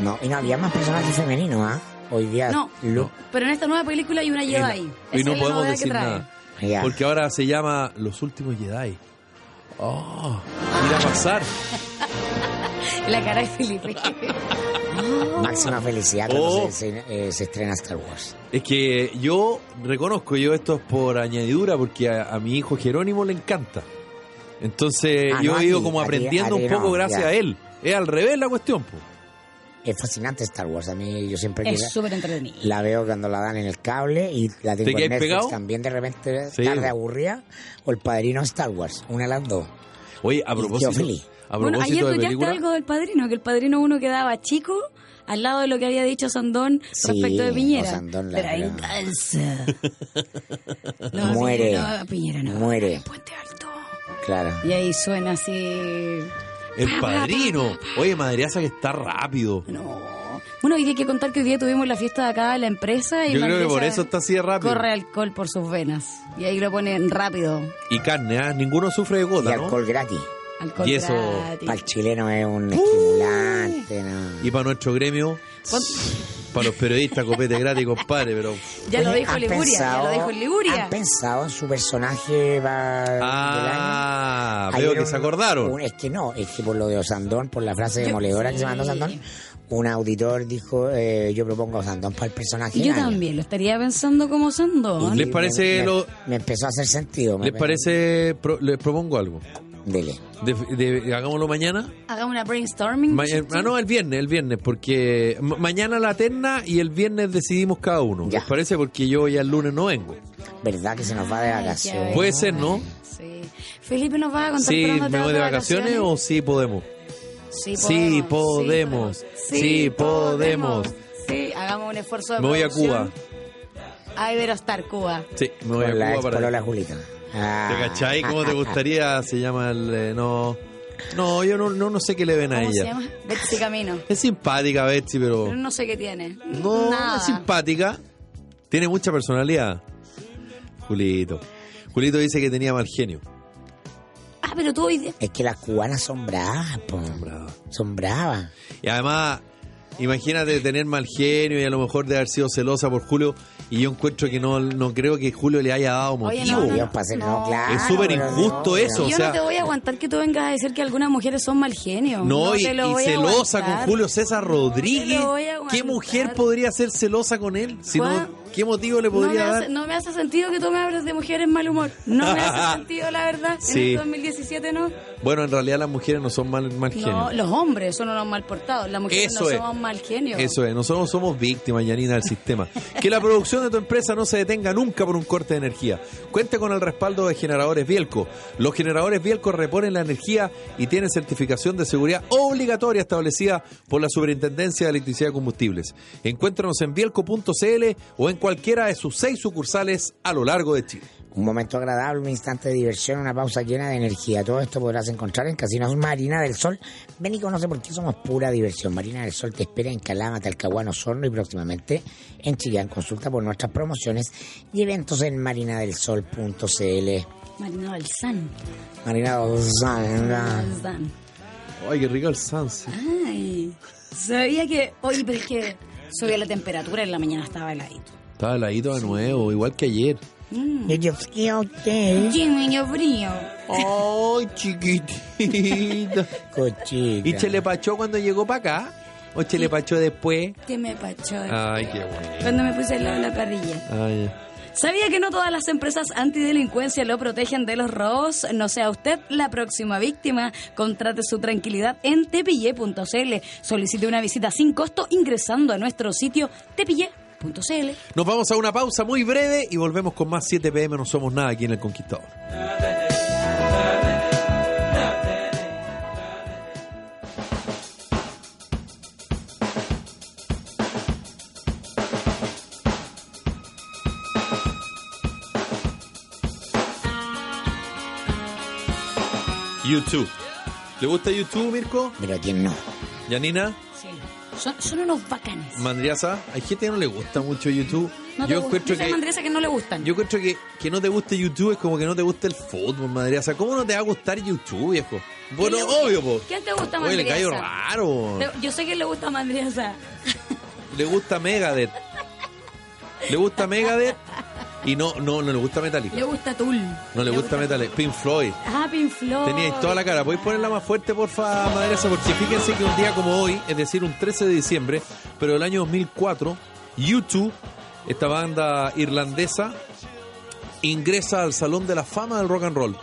S3: No, y no había más personajes femeninos, ¿ah? Hoy día.
S2: No.
S3: Lu-
S2: Pero en esta nueva película hay una Jedi. Esa
S1: Y
S2: es
S1: no
S2: la
S1: podemos
S2: novedad que
S1: decir
S2: trae.
S1: nada.
S3: ya.
S1: Porque ahora se llama Los Últimos Jedi. Oh, mira pasar.
S2: La cara de Felipe.
S3: Máxima felicidad cuando
S1: Oh.
S3: se, se- eh, se estrena Star Wars.
S1: Es que yo reconozco, yo esto es por añadidura, porque a, a mi hijo Jerónimo le encanta. Entonces
S3: Ah,
S1: yo
S3: no,
S1: he ido
S3: a ti,
S1: como
S3: a ti,
S1: aprendiendo
S3: a ti
S1: un poco
S3: no,
S1: gracias
S3: ya.
S1: a él. Es al revés la cuestión. po.
S3: Es fascinante Star Wars. A mí yo siempre que
S2: es
S3: la,
S2: súper entretenido.
S3: la veo cuando la dan en el cable y la tengo
S1: ¿Te
S3: en
S1: quedas
S3: Netflix
S1: pegado?
S3: también de repente
S1: Sí.
S3: tarde aburrida o El Padrino Star Wars. Una de las dos.
S1: Oye, a propósito,
S3: Feli.
S1: a
S2: Bueno, ayer
S1: propósito de
S2: tuiteaste
S1: película,
S2: algo del padrino, que el padrino uno quedaba chico al lado de lo que había dicho Sandón
S3: Sí,
S2: respecto de Piñera.
S3: o Sandón, la
S2: Pero ahí
S3: verdad.
S2: calza. No,
S3: Muere.
S2: No, Piñera no.
S3: Muere.
S2: Puente Alto.
S3: Claro.
S2: Y ahí suena así.
S1: El Padrino. Oye, madreaza que está rápido.
S2: No. no. Bueno, hoy día hay que contar que hoy día tuvimos la fiesta de acá de la empresa. Y
S1: Yo
S2: la
S1: creo que
S2: empresa
S1: por eso está así de rápido.
S2: Corre alcohol por sus venas. Y ahí lo ponen rápido.
S1: Y carne, ¿ah? Ninguno sufre de
S3: Y
S1: gota, ¿no?
S3: alcohol gratis.
S2: Alcohol
S1: Y eso-
S2: gratis.
S3: Para el chileno es un estimulante, ¿no?
S1: Y para nuestro gremio,
S2: Pon-
S1: para los periodistas, copete gratis, compadre, pero...
S2: Ya lo
S3: Oye,
S2: dijo
S3: ¿han
S2: Liguria. ya lo dijo Liguria.
S3: ¿Han pensado en su personaje va- del año?
S1: Ah,
S3: Ayer
S1: veo que
S3: un-
S1: se acordaron.
S3: un- es que no, es que por lo de Osandón, por la frase demoledora que se mandó
S2: sí.
S3: Osandón, un auditor dijo, eh, yo propongo a Osandón para el personaje.
S2: Yo
S3: del año.
S2: también lo estaría pensando como
S3: Y
S2: Sandón.
S1: ¿Les
S3: me-
S1: parece
S3: me,
S1: lo-
S3: me empezó a hacer sentido. me-
S1: ¿Les
S3: me-
S1: parece? pro- les propongo algo.
S3: Dele.
S1: De- de- hagámoslo mañana.
S2: Hagamos una brainstorming.
S1: Ma- ah, no, el viernes, el viernes, porque ma- mañana la terna y el viernes decidimos cada uno.
S3: Ya.
S1: ¿Les parece? Porque yo ya el lunes no vengo.
S3: ¿Verdad que se nos va de
S2: Ay,
S3: vacaciones?
S2: qué
S1: Puede ser, ¿no?
S2: Sí. Felipe nos va a contar
S1: Sí,
S2: cuándo te
S1: me
S2: vas
S1: voy de vacaciones o sí podemos.
S2: Sí
S1: Sí, podemos. Sí, podemos.
S2: Sí, hagamos un esfuerzo de
S1: Me voy a
S2: producción.
S1: Cuba.
S2: A Iberostar, Cuba.
S1: Sí, me voy
S3: Con la
S1: a
S3: ex
S1: Cuba para.
S3: polola Julita. Ah.
S1: ¿Te cachai? ¿Cómo te gustaría? Se llama el. eh, no. No, yo no, no, no sé qué le ven a
S2: ¿Cómo se
S1: ella.
S2: llama? Betsy Camino.
S1: Es simpática, Betsy, pero.
S2: Pero no sé qué tiene.
S1: No,
S2: Nada.
S1: es simpática. Tiene mucha personalidad. Julito. Julito dice que tenía mal genio.
S2: Ah, pero tú hoy... día-
S3: Es que las cubanas son bravas, po.
S1: Bravo.
S3: Son bravas.
S1: Y además, imagínate tener mal genio y a lo mejor de haber sido celosa por Julio. Y yo encuentro que no, no creo que Julio le haya dado
S2: Oye,
S1: motivo.
S2: no,
S3: Dios, para hacer- no,
S2: no.
S3: claro,
S1: Es súper
S3: pero
S1: injusto
S3: pero
S1: eso.
S2: Yo
S1: o sea-
S2: no te voy a aguantar que tú vengas a decir que algunas mujeres son mal genio.
S1: No, y,
S2: te lo
S1: y
S2: voy a
S1: celosa con
S2: aguantar.
S1: Julio César Rodríguez.
S2: te lo voy a aguantar.
S1: ¿Qué mujer podría ser celosa con él? Si no,
S2: ¿Cuál?
S1: ¿Qué motivo le
S2: No me,
S1: podría dar?
S2: hace, no me hace sentido que tú me hables de mujeres mal humor. No me hace sentido, la verdad. En
S1: Sí.
S2: el 2017 no.
S1: Bueno, en realidad las mujeres no son mal, mal genio.
S2: No, los hombres son unos mal portados. Las mujeres
S1: Eso
S2: no
S1: es.
S2: somos mal genios.
S1: Eso es, nosotros somos víctimas, Yanina, del sistema. Que la producción de tu empresa no se detenga nunca por un corte de energía. Cuenta con el respaldo de Generadores Bielco. Los generadores Bielco reponen la energía y tienen certificación de seguridad obligatoria establecida por la Superintendencia de Electricidad y Combustibles. Encuéntranos en bielco.cl o en cualquiera de sus seis sucursales a lo largo de Chile.
S3: Un momento agradable, un instante de diversión, una pausa llena de energía. Todo esto podrás encontrar en Casinos Marina del Sol. Ven y conoce por qué somos pura diversión. Marina del Sol te espera en Calama, Talcahuano, Sorno y próximamente en Chillán. Consulta por nuestras promociones y eventos en marinadelsol.cl.
S2: Marina Balsán.
S3: Marina
S1: Ah.
S3: del Sol.
S2: Balsán.
S1: Ay, qué rico el sunset.
S2: Ay, sabía que... Oye, pero es que subía la temperatura en la mañana estaba heladito.
S1: Estaba heladito de nuevo, igual que ayer.
S3: Y yo fui a
S1: ¿Eh?
S3: usted,
S2: Jimmy, yo frío.
S1: Ay, chiquitita.
S3: cochita.
S1: ¿Y Chelepachó cuando llegó para acá? ¿O Chelepachó después?
S2: Que me pachó.
S1: Ay, qué bueno.
S2: Cuando me puse al lado de la parrilla.
S1: Ay.
S2: ¿Sabía que no todas las empresas antidelincuencia lo protegen de los robos? No sea usted la próxima víctima. Contrate su tranquilidad en tepille.cl. Solicite una visita sin costo ingresando a nuestro sitio tepille.cl.
S1: Nos vamos a una pausa muy breve y volvemos con más 7 pm. No somos nada aquí en El Conquistador. YouTube. ¿Le gusta YouTube, Mirko?
S3: Pero quién no.
S1: ¿Yanina?
S2: Sí. Son, son unos bacanes.
S1: ¿Mandriasa? Hay gente que no le gusta mucho YouTube.
S2: No te
S1: yo,
S2: gu-
S1: encuentro
S2: dice
S1: que,
S2: Mandresa que no le gustan.
S1: yo encuentro que que no te guste YouTube es como que no te gusta el fútbol, Mandriasa. ¿Cómo no te va a gustar YouTube, viejo?
S2: ¿Qué
S1: Bueno,
S2: le gusta?
S1: obvio, po.
S2: ¿Quién te gusta,
S1: Oye, le
S2: Mandriasa?
S1: cayó raro.
S2: Te- Yo sé que le gusta Mandresa.
S1: Le gusta Megadeth. Le gusta Megadeth. Y no, no, no le gusta Metallica.
S2: Le gusta Tul.
S1: No le gusta Metallica. Pink Floyd.
S2: Ah, Pink Floyd.
S1: Teníais toda la cara. ¿Podéis ponerla más fuerte, porfa, Madresa? Porque fíjense que un día como hoy, es decir, un 13 de diciembre, pero del año 2004, U2, esta banda irlandesa, ingresa al Salón de la Fama del Rock and Roll.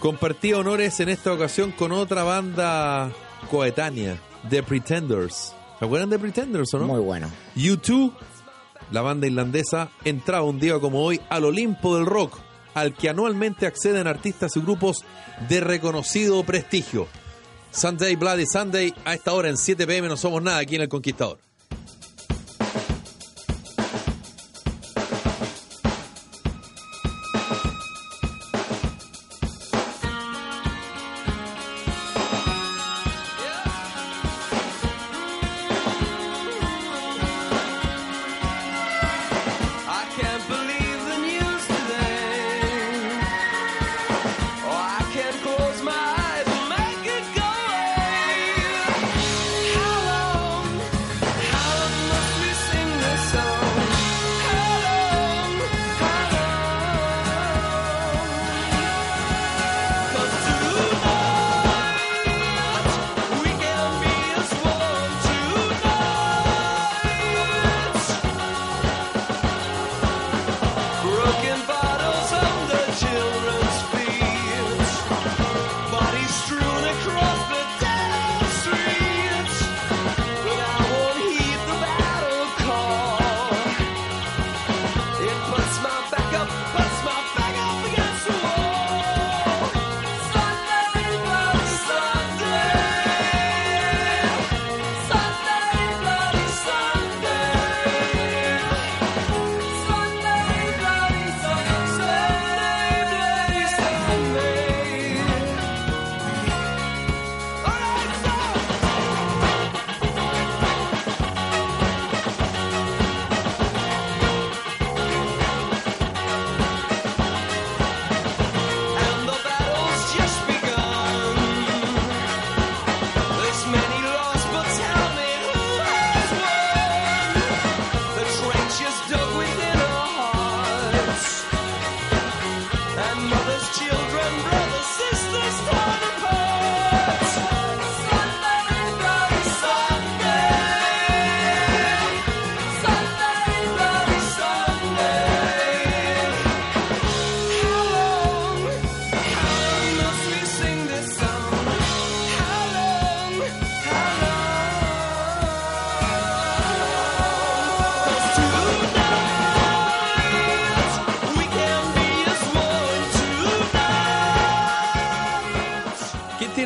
S1: Compartía honores en esta ocasión con otra banda coetánea, The Pretenders. ¿Se acuerdan de Pretenders o no?
S3: Muy bueno.
S1: U2, la banda irlandesa, entraba un día como hoy al Olimpo del Rock, al que anualmente acceden artistas y grupos de reconocido prestigio. Sunday, Bloody Sunday, a esta hora en 7 pm no somos nada aquí en El Conquistador.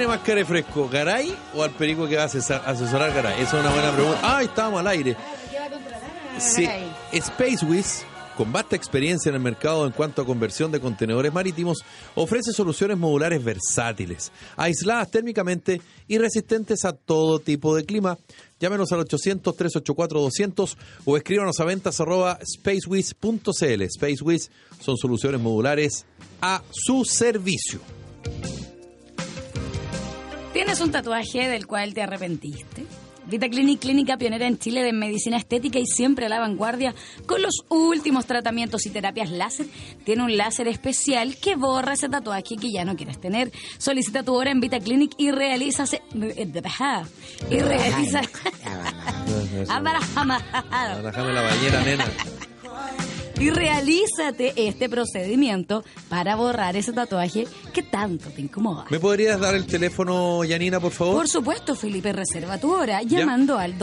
S1: más carefresco, Garay o al perico que va a asesor- asesorar Garay? Esa es una buena pregunta. Ah, estábamos al aire.
S2: ¿Qué va a contratar?
S1: Sí, SpaceWiz, con vasta experiencia en el mercado en cuanto a conversión de contenedores marítimos, ofrece soluciones modulares versátiles, aisladas térmicamente y resistentes a todo tipo de clima. Llámenos al 800-384-200 o escríbanos a ventas arroba spacewiz.cl. SpaceWiz son soluciones modulares a su servicio.
S2: ¿Tienes un tatuaje del cual te arrepentiste? VitaClinic, clínica pionera en Chile de medicina estética y siempre a la vanguardia con los últimos tratamientos y terapias láser, tiene un láser especial que borra ese tatuaje que ya no quieres tener. Solicita tu hora en VitaClinic y realiza... Y realiza...
S1: Abrajame la bañera, nena.
S2: Y realízate este procedimiento para borrar ese tatuaje que tanto te incomoda.
S1: ¿Me podrías dar el teléfono, Yanina, por favor?
S2: Por supuesto, Felipe, reserva tu hora llamando al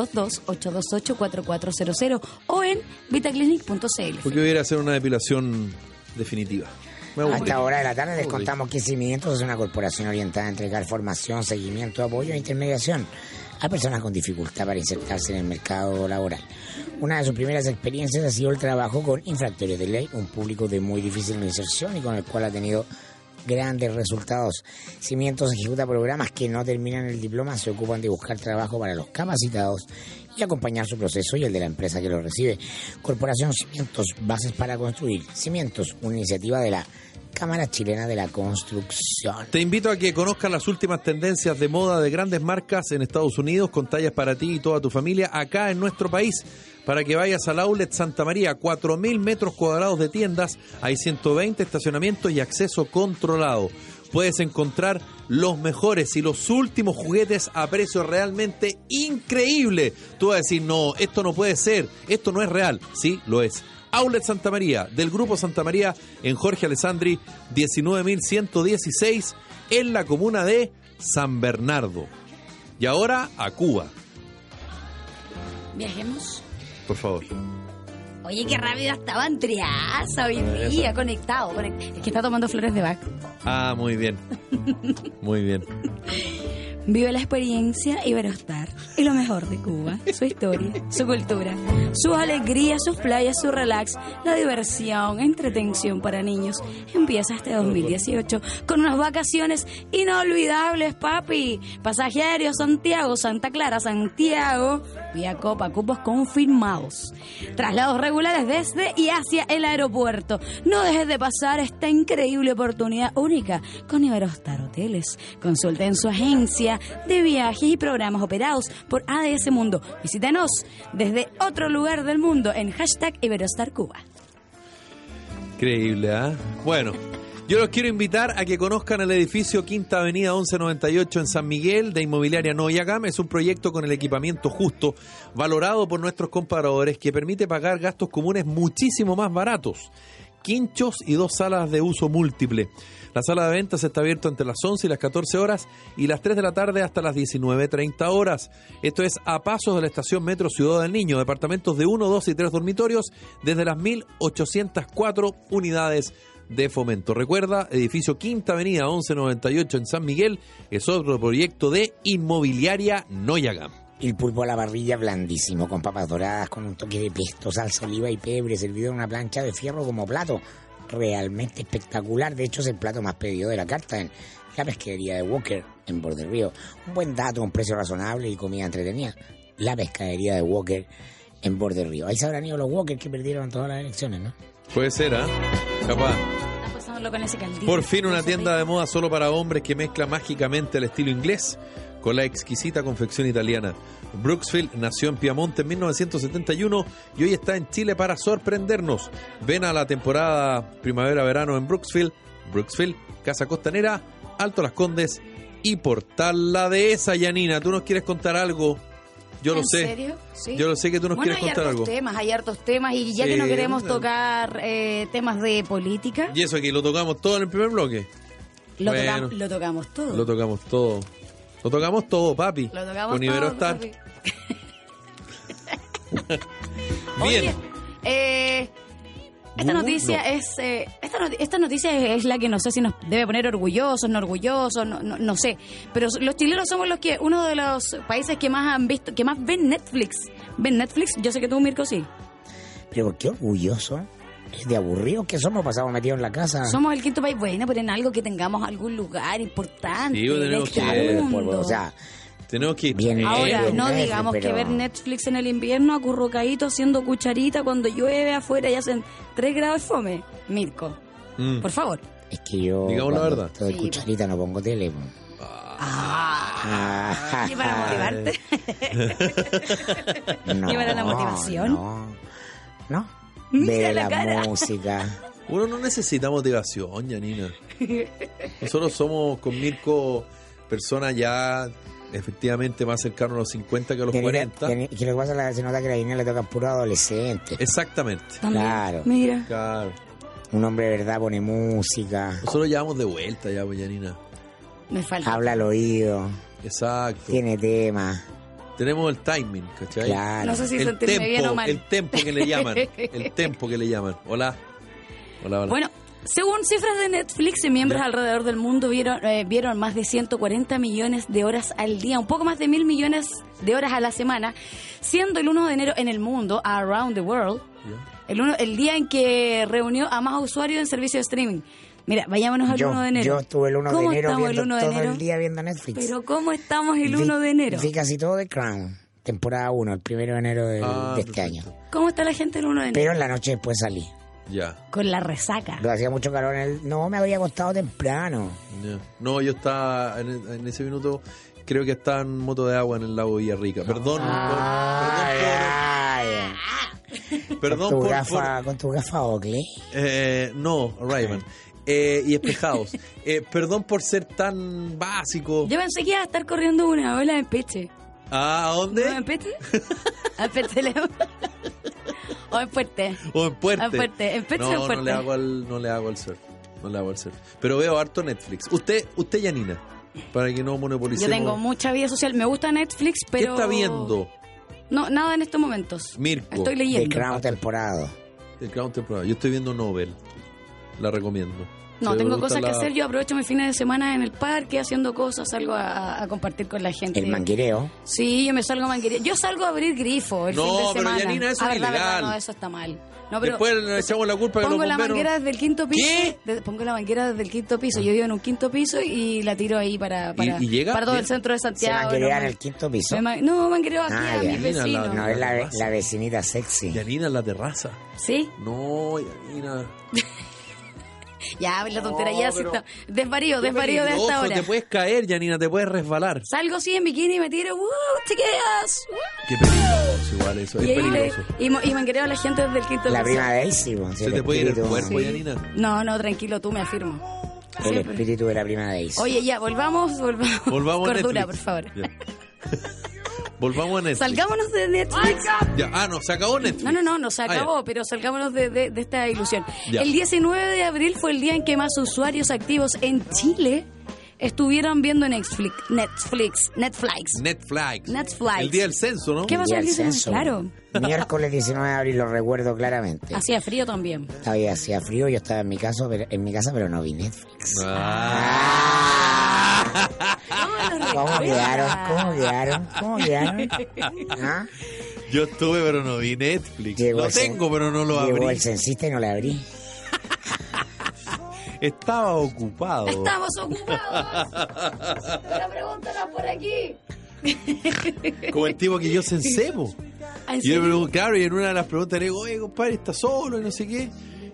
S2: 228284400 o en vitaclinic.cl.
S1: Porque voy a ir a hacer una depilación definitiva. Me
S3: A
S1: aburrí.
S3: esta hora de la tarde les
S1: Aburrí.
S3: contamos que Cimientos es una corporación orientada a entregar formación, seguimiento, apoyo e intermediación a personas con dificultad para insertarse en el mercado laboral. Una de sus primeras experiencias ha sido el trabajo con infractores de ley, un público de muy difícil inserción y con el cual ha tenido grandes resultados. Cimientos ejecuta programas que no terminan el diploma, se ocupan de buscar trabajo para los capacitados y acompañar su proceso y el de la empresa que lo recibe. Corporación Cimientos, bases para construir. Cimientos, una iniciativa de la Cámara Chilena de la Construcción.
S1: Te invito a que conozcas las últimas tendencias de moda de grandes marcas en Estados Unidos con tallas para ti y toda tu familia acá en nuestro país. Para que vayas al Outlet Santa María, 4.000 metros cuadrados de tiendas, hay 120 estacionamientos y acceso controlado. Puedes encontrar los mejores y los últimos juguetes a precio realmente increíble. Tú vas a decir, no, esto no puede ser, esto no es real. Sí, lo es. Outlet Santa María, del Grupo Santa María, en Jorge Alessandri, 19.116, en la comuna de San Bernardo. Y ahora a Cuba,
S2: Viajemos.
S1: por favor.
S2: Oye, qué rápido estaba en Triaza hoy
S1: Ah,
S2: día, conectado. conect- Es que está tomando flores de Bach.
S1: Ah, muy bien. Muy bien.
S2: Vive la experiencia Iberostar y lo mejor de Cuba, su historia, su cultura, sus alegrías, sus playas, su relax, la diversión, entretención para niños. Empieza este 2018 con unas vacaciones inolvidables, papi. Pasaje aéreo Santiago, Santa Clara, Santiago, vía Copa, cupos confirmados. Traslados regulares desde y hacia el aeropuerto. No dejes de pasar esta increíble oportunidad única con Iberostar Hoteles. Consulta en su agencia de viajes y programas operados por ADS Mundo. Visítanos desde otro lugar del mundo en hashtag Iberostar Cuba.
S1: Increíble, ¿ah? Bueno, yo los quiero invitar a que conozcan el edificio Quinta Avenida 1198 en San Miguel de Inmobiliaria Noyagam. Es un proyecto con el equipamiento justo, valorado por nuestros comparadores, que permite pagar gastos comunes muchísimo más baratos. Quinchos y dos salas de uso múltiple. La sala de ventas está abierta entre las 11 y las 14 horas y las 3 de la tarde hasta las 19.30 horas. Esto es a pasos de la estación Metro Ciudad del Niño, departamentos de 1, 2 y 3 dormitorios desde las 1.804 unidades de fomento. Recuerda, edificio Quinta Avenida 1198 en San Miguel es otro proyecto de inmobiliaria Noyagam.
S3: Y El pulpo a la parrilla blandísimo, con papas doradas, con un toque de pesto, salsa, oliva y pebre, servido en una plancha de fierro como plato. Realmente espectacular. De hecho, es el plato más pedido de la carta en la pescadería de Walker, en Borde Río. Un buen dato, un precio razonable y comida entretenida. La pescadería de Walker, en Borde Río. Ahí se habrán ido los Walker que perdieron todas las elecciones, ¿no?
S1: Puede ser, ¿ah? Capaz.
S2: con ese caldito.
S1: Por fin una tienda de moda solo para hombres que mezcla mágicamente el estilo inglés con la exquisita confección italiana. Brooksfield nació en Piamonte en 1971 y hoy está en Chile para sorprendernos. Ven a la temporada primavera-verano en Brooksfield, Brooksfield, Casa Costanera, Alto Las Condes y Portal La Dehesa, Yanina. Tú nos quieres contar algo, yo lo
S2: ¿En
S1: sé.
S2: serio? Sí.
S1: Yo lo sé que tú nos
S2: Bueno,
S1: quieres
S2: hay
S1: contar
S2: hartos
S1: algo.
S2: temas, hay hartos temas y ya
S1: Sí,
S2: que no queremos
S1: bueno.
S2: tocar eh, temas de política,
S1: Y eso aquí lo tocamos todo en el primer bloque.
S2: lo, toca-
S1: bueno.
S2: lo tocamos todo.
S1: Lo tocamos todo. Lo tocamos todo, papi.
S2: Lo tocamos
S1: Con Iberostar.
S2: papi.
S1: Bien.
S2: Oye, eh, esta
S1: Gu-
S2: noticia
S1: no.
S2: es eh, esta not- esta noticia es, es la que no sé si nos debe poner orgullosos, no orgullosos, no, no, no sé. Pero los chilenos somos los que uno de los países que más han visto, que más ven Netflix. ¿Ven Netflix? Yo sé que tú, Mirko, sí.
S3: Pero ¿por qué orgulloso? Es de aburridos que somos, pasamos metidos en la casa.
S2: Somos el quinto país. Bueno, pero en algo que tengamos algún lugar importante.
S1: Sí, bueno,
S2: de
S1: tenemos que-
S2: este
S3: Bueno,
S2: mundo.
S3: O sea,
S1: Tenemos que ir. Mm.
S3: Bien.
S2: Ahora,
S3: Netflix,
S2: no
S3: Netflix,
S2: digamos
S3: pero-
S2: que ver Netflix en el invierno acurrucadito haciendo cucharita cuando llueve afuera y hacen 3 grados de fome. Mirko,
S1: Mm.
S2: por favor.
S3: es que yo.
S1: Digamos la
S3: cuando
S1: verdad.
S3: Estoy
S2: Sí, pues.
S3: cucharita, no pongo tele. po. Ah,
S2: Y para motivarte.
S3: no,
S2: ¿Y para la motivación?
S3: No. no.
S2: Mira
S3: Ve
S2: la
S3: la,
S2: cara.
S3: música.
S1: Uno no necesita motivación, Janina. Nosotros somos con Mirko personas ya efectivamente más cercanos a los 50 que a los
S3: Tiene-
S1: 40.
S3: tiene- que lo que pasa es que se nota que la dinero le tocan puro adolescente.
S1: Exactamente.
S2: También.
S3: Claro.
S2: Mira.
S1: Claro.
S3: Un hombre de verdad pone música,
S1: Nosotros ya vamos de vuelta ya, pues, Janina.
S2: Me falta.
S3: habla al oído,
S1: Exacto.
S3: tiene tema.
S1: Tenemos el timing, ¿cachai?
S3: Claro.
S2: No sé si
S1: el
S2: sentirme
S1: tempo,
S2: bien o mal.
S1: el tempo que le llaman. El tempo que le llaman. Hola. Hola, hola.
S2: Bueno, según cifras de Netflix, miembros
S1: Ya.
S2: alrededor del mundo vieron, eh, vieron más de 140 millones de horas al día, un poco más de mil millones de horas a la semana, siendo el 1 de enero en el mundo, Around the World,
S1: Ya.
S2: el, uno- el día en que reunió a más usuarios en servicio de streaming. Mira, vayámonos al
S3: Yo,
S2: 1 de enero.
S3: yo estuve el 1 de
S2: ¿Cómo
S3: enero
S2: estamos el
S3: viendo
S2: 1 de
S3: todo
S2: enero?
S3: el día viendo Netflix.
S2: Pero ¿cómo estamos el
S3: Vi-
S2: 1 de enero?
S3: Vi casi todo de Crown, temporada 1, el 1 de enero del- de,
S1: Ah,
S3: este año.
S1: perfecto.
S2: ¿Cómo está la gente el 1 de enero?
S3: Pero en la noche después salí.
S1: Ya.
S2: Con la resaca.
S3: Pero hacía mucho calor en el... No, me habría acostado temprano.
S1: ya. No, yo estaba en, en ese minuto, creo que estaba en moto de agua en el lago Villarrica. Perdón,
S3: Ah,
S1: perdón,
S3: ya, ya.
S1: perdón
S3: con tu
S1: por- por,
S3: gafa, con tu gafa Oakley.
S1: Eh, no, Rayman. Eh, y espejados. Eh, perdón por ser tan básico.
S2: Yo pensé que iba a estar corriendo una ola en Peche.
S1: Ah, ¿A
S2: ¿No en
S1: dónde?
S2: Peche? ¿En Peche le- ¿O en Fuerte?
S1: O en Puerte.
S2: Ah, en Puerte, en Puerte o en
S1: no, no
S2: Puerte.
S1: le hago al, no le hago al surf. No le hago al surf. Pero veo harto Netflix. Usted, usted Yanina, para que no
S2: Yo
S1: monopolicemos.
S2: tengo mucha vida social. Me gusta Netflix,
S1: ¿Qué
S2: pero...
S1: está viendo
S2: No, nada en estos momentos.
S1: Mirko?
S2: Estoy
S3: De
S2: leyendo.
S3: Crown temporada.
S1: El Crown temporada. Yo estoy viendo Nobel. La recomiendo.
S2: No,
S1: Si le
S2: tengo
S1: gusta
S2: cosas que
S1: la-
S2: hacer. Yo aprovecho mis fines de semana en el parque haciendo cosas, salgo a, a compartir con la gente.
S3: El manguereo.
S2: Sí, yo me salgo a manguería. Yo salgo a abrir grifo el
S1: No,
S2: fin de
S1: pero
S2: semana.
S1: Yanina, eso
S2: Ah,
S1: es
S2: verdad,
S1: ilegal.
S2: verdad, no, eso está mal. No, pero
S1: Después le echamos la culpa a los
S2: pongo la
S1: bomberos.
S2: manguera desde el quinto piso.
S1: ¿Qué?
S2: de- pongo la manguera desde el quinto piso. Yo vivo en un quinto piso y la tiro ahí para, para,
S1: y llega?
S2: para todo el
S1: Bien.
S2: centro de
S3: Se
S2: Santiago.
S3: manguerea
S2: no,
S3: en el quinto piso.
S2: me ma- no, manguereo aquí
S3: Ah,
S2: a mis
S3: Yanina,
S1: la-
S2: vecinos.
S3: No, es la,
S1: Terraza.
S3: la vecinita sexy.
S1: Yanina en la terraza.
S2: ¿Sí?
S1: No, Yanina.
S2: Ya, pues, la tontera,
S1: No,
S2: ya se
S1: pero-
S2: está. Desvarío,
S1: Qué
S2: desvarío de esta
S1: peligroso,
S2: hora.
S1: Te puedes caer, Yanina, te puedes resbalar.
S2: Salgo así en bikini y me tiro, ¡wow! ¡Chiquillas! ¡Wow!
S1: Qué peligroso, igual eso. Es
S2: Y, ahí le-
S1: peligroso.
S2: y, mo- y manguereo a la gente desde el quinto
S3: La
S2: piso.
S3: prima Daisy. po, si
S1: Se te puede ir el
S3: espíritu-
S1: cuerpo,
S2: Sí.
S1: Yanina.
S2: No, no, tranquilo, tú me afirmo.
S3: El
S2: Siempre.
S3: espíritu de la prima Daisy.
S2: Oye, ya, volvamos, volvamos.
S1: Volvamos
S2: Cordura,
S1: a
S2: por
S1: Netflix.
S2: favor.
S1: Ya. Volvamos a Netflix.
S2: Salgámonos de Netflix.
S1: Ya. Ah, no, se acabó Netflix.
S2: No, no, no, nos
S1: Ah, ya.
S2: acabó, pero salgámonos de, de- de esta ilusión.
S1: Ya.
S2: El 19 de abril fue el día en que más usuarios activos en Chile estuvieron viendo Netflix. Netflix. Netflix.
S1: Netflix.
S2: Netflix.
S1: El día del censo, ¿no?
S2: ¿Qué pasó
S3: Día
S2: el
S3: del
S2: 19?
S3: censo.
S2: Claro. Ah.
S3: Miércoles 19 de abril, lo recuerdo claramente.
S2: Hacía frío también.
S3: Todavía hacía frío, yo estaba en mi, casa, pero, en mi casa, pero no vi Netflix.
S1: Ah.
S3: ¿Cómo quedaron? ¿Cómo quedaron? ¿Cómo quedaron? ¿Ah?
S1: Yo estuve, pero no vi Netflix.
S3: Llegó
S1: lo
S3: el cen-
S1: tengo, pero no lo
S3: Llegó
S1: abrí.
S3: el censista y no le abrí.
S1: Estaba ocupado.
S2: Estamos ocupados. La pregunta era por aquí.
S1: Como el tipo que yo censebo.
S2: Ah, ¿en
S1: Y yo le
S2: serio?
S1: pregunto, claro, y en una de las preguntas le digo, oye, compadre, ¿estás solo? Y no sé qué.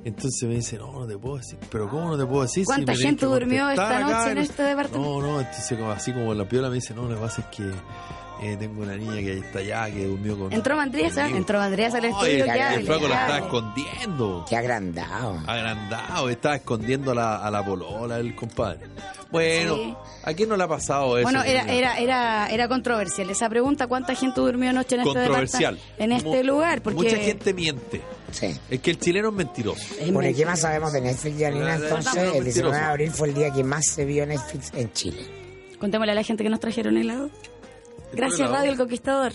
S1: Entonces me dice, no, no te puedo decir. ¿Pero cómo no te puedo decir?
S2: ¿Cuánta
S1: me tenés
S2: gente
S1: que
S2: durmió
S1: contestar
S2: esta noche
S1: y
S2: en
S1: no-
S2: este departamento?
S1: No, no, entonces como- así como la piola me dice, no, lo que pasa es que eh, tengo una niña que está allá, que durmió con...
S2: Entró Mandriesa,
S1: conmigo".
S2: entró Mandriesa al
S1: No,
S2: estudio.
S1: y-
S2: que
S3: el
S1: y
S2: hable,
S1: el flaco
S2: que
S1: la estaba
S2: hable.
S1: escondiendo.
S3: Qué agrandado.
S1: Agrandado, estaba escondiendo a la, a la polola, el compadre. Bueno,
S2: Sí.
S1: ¿a quién no le ha pasado eso?
S2: Bueno, era, era,
S1: señora?
S2: era, era controversial esa pregunta, ¿cuánta gente durmió anoche en este
S1: Controversial.
S2: departamento? En este
S1: Mu-
S2: lugar, porque
S1: Mucha gente miente.
S3: Sí.
S1: Es que el chileno es mentiroso.
S2: Es
S3: Porque
S2: mentira.
S3: ¿qué más sabemos de Netflix, Janina?
S1: Nada,
S3: Entonces,
S1: nada,
S3: el 19 de
S1: mentiroso.
S3: abril fue el día que más se vio Netflix en Chile.
S2: Contémosle a la gente que nos trajeron helado. Gracias
S1: helado?
S2: Radio El Conquistador.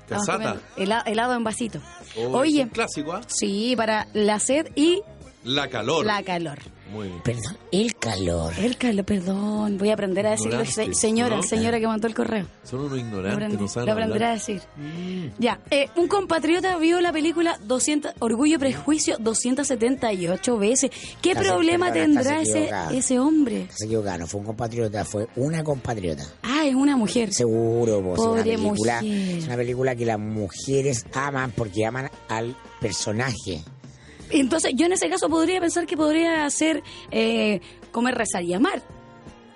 S2: Estamos
S1: Casata.
S2: comiendo hela- helado en vasito.
S1: Oh, es
S2: Oye,
S1: un clásico, ¿ah?
S2: sí, para la sed y
S1: La calor.
S2: La calor.
S1: Muy bien.
S3: Perdón, el calor.
S2: El calor, perdón. Voy a aprender a decirlo. se-
S1: Ignorante,
S2: señora,
S1: ¿no?
S2: señora que mandó el correo.
S1: Son unos
S2: Lo
S1: ignorantes,
S2: aprendí,
S1: no saben
S2: lo aprenderá a
S1: hablar. Mm.
S2: decir. Ya, eh, un compatriota vio la película 200, Orgullo y Prejuicio 278 veces. ¿Qué
S3: Estás-
S2: problema
S3: perdona,
S2: tendrá
S3: estás
S2: ese,
S3: equivocada.
S2: ese hombre?
S3: Estás equivocado, no fue un compatriota, fue una compatriota.
S2: Ah, es una mujer.
S3: Seguro, pues, es una
S2: Pobre
S3: película,
S2: mujer.
S3: es una película que las mujeres aman porque aman al personaje.
S2: Entonces, yo en ese caso podría pensar que podría ser eh, comer, rezar y amar.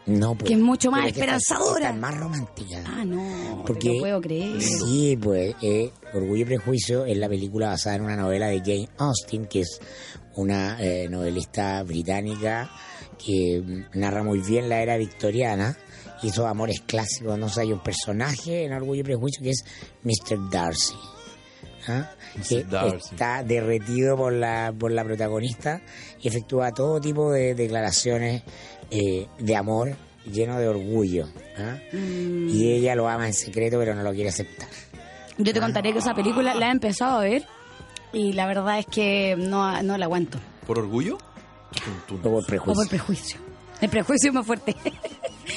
S3: No, pues,
S2: Que es mucho más
S3: pero que esta-
S2: esperanzadora.
S3: esta es más romántica.
S2: Ah, no,
S3: Porque-
S2: no puedo creer.
S3: Sí, pues eh, Orgullo y Prejuicio es la película basada en una novela de Jane Austen, que es una eh, novelista británica que mm, narra muy bien la era victoriana y esos amores clásicos. No sé, hay un personaje en Orgullo y Prejuicio que es Mr. Darcy. ¿ah? que
S1: Mr. Darcy.
S3: está derretido por la, por la protagonista y efectúa todo tipo de declaraciones eh, de amor lleno de orgullo. ¿ah? Y ella lo ama en secreto, pero no lo quiere aceptar.
S2: Yo te contaré que esa
S3: Ah.
S2: película la he empezado a ver y la verdad es que no, no la aguanto.
S1: ¿Por orgullo? Tum, tum.
S3: O por
S2: O por
S3: prejuicio.
S2: prejuicio. El prejuicio es más fuerte.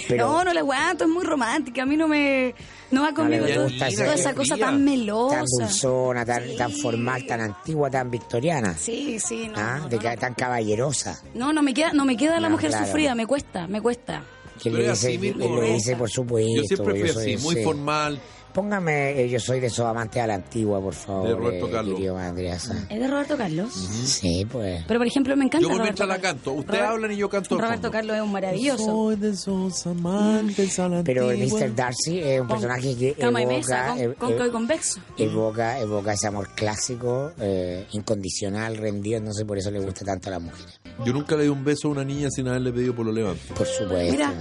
S3: Pero-
S2: no, no la aguanto, es muy romántica. A mí no me. No va conmigo
S3: le
S2: todo-
S3: gusta ese-
S2: toda esa cosa tan
S3: Tan
S2: melosa.
S3: dulzona, tan,
S2: Sí.
S3: tan formal, tan antigua, tan victoriana.
S2: Sí, sí, no.
S3: ¿ah?
S2: no,
S3: De
S2: no,
S3: ca- tan caballerosa.
S2: no, no, me queda, no me queda la
S3: No,
S2: mujer
S3: claro.
S2: sufrida, me cuesta, me cuesta.
S3: Que
S1: Pero
S3: le
S1: es así
S3: dice,
S1: mismo,
S3: él le
S1: ¿no?
S3: dice por supuesto.
S1: Yo siempre fui
S3: soy
S1: así, muy
S3: ese.
S1: formal.
S3: Póngame, eh, yo soy de esos amantes a la antigua, por favor.
S1: De Roberto
S3: eh,
S1: Carlos.
S3: querido Andreas.
S2: Es de Roberto Carlos.
S3: Sí, pues.
S2: Pero por ejemplo, me encanta.
S1: Yo por
S2: Roberto
S1: mientras la
S2: Carlos.
S1: canto. Ustedes
S2: Robert-
S1: hablan y yo canto. al
S2: Roberto
S1: fondo.
S2: Carlos es un maravilloso.
S1: de esos amantes a la
S3: Pero el
S1: antigua.
S3: Mr. Darcy es un personaje que
S2: Cama y mesa, con-
S3: evoca, ev-
S2: cóncavo y
S3: ev-
S2: convexo.
S3: evoca, evoca ese amor clásico, eh, incondicional, rendido. No sé por eso le gusta tanto a las mujeres.
S1: Yo nunca le di un beso a una niña sin haberle pedido por lo levante.
S3: Por supuesto.
S2: Mira,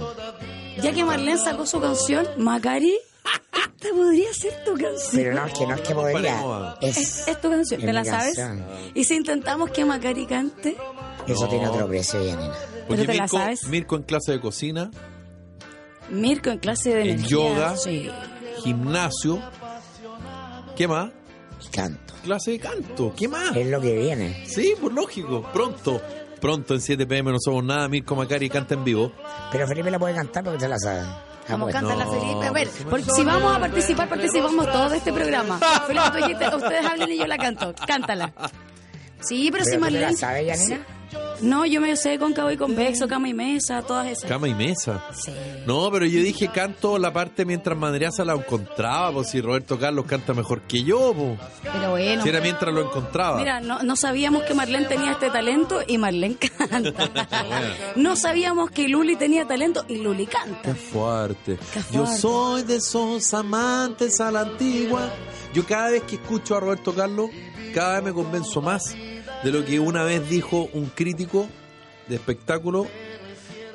S2: ya que Marlene sacó su canción, Macari, esta podría ser tu canción.
S3: Pero no, es que no es que
S1: No,
S3: podría.
S1: comparemos
S3: Es,
S2: Es, es tu canción,
S3: Es
S2: ¿me
S3: mi
S2: la sabes?
S3: canción.
S2: Y si intentamos que Macari cante,
S3: eso
S1: No.
S3: tiene otro precio, ya, nena.
S2: Pero te la
S1: Mirko,
S2: sabes.
S1: Mirko en clase de cocina,
S2: Mirko en clase de
S1: En
S2: energía.
S1: yoga.
S2: Sí.
S1: gimnasio. ¿Qué más?
S3: Y canto.
S1: Clase de canto. ¿Qué más?
S3: Es lo que viene.
S1: Sí, por lógico. Pronto. Pronto en 7 pm no somos nada. Mirko Macari canta en vivo.
S3: Pero Felipe la puede cantar porque se la sabe. Ah,
S2: Vamos,
S3: bueno.
S2: cántala,
S1: No,
S2: Felipe. A ver,
S1: por
S2: por-
S1: supuesto.
S2: si vamos a participar, participamos todos de este programa. Felipe, tú dijiste, ustedes hablen y yo la canto. Cántala. Sí, pero,
S3: ¿Pero
S2: si
S3: tú te
S2: Marlene...
S3: la sabes, Yanina?
S2: Sí. No, yo me sé cóncavo y convexo, cama y mesa, todas esas.
S1: Cama y mesa.
S2: Sí.
S1: No, pero yo dije canto la parte mientras Madreaza la encontraba, pues si Roberto Carlos canta mejor que yo, po.
S2: Pero bueno.
S1: si era mientras lo encontraba.
S2: Mira, no, no sabíamos que Marlene tenía este talento y Marlene canta. No sabíamos que Luli tenía talento y Luli
S1: Qué
S2: canta.
S1: fuerte.
S2: Qué
S1: Yo
S2: fuerte.
S1: soy de esos amantes a la antigua. Yo cada vez que escucho a Roberto Carlos, cada vez me convenzo más de lo que una vez dijo un crítico de espectáculo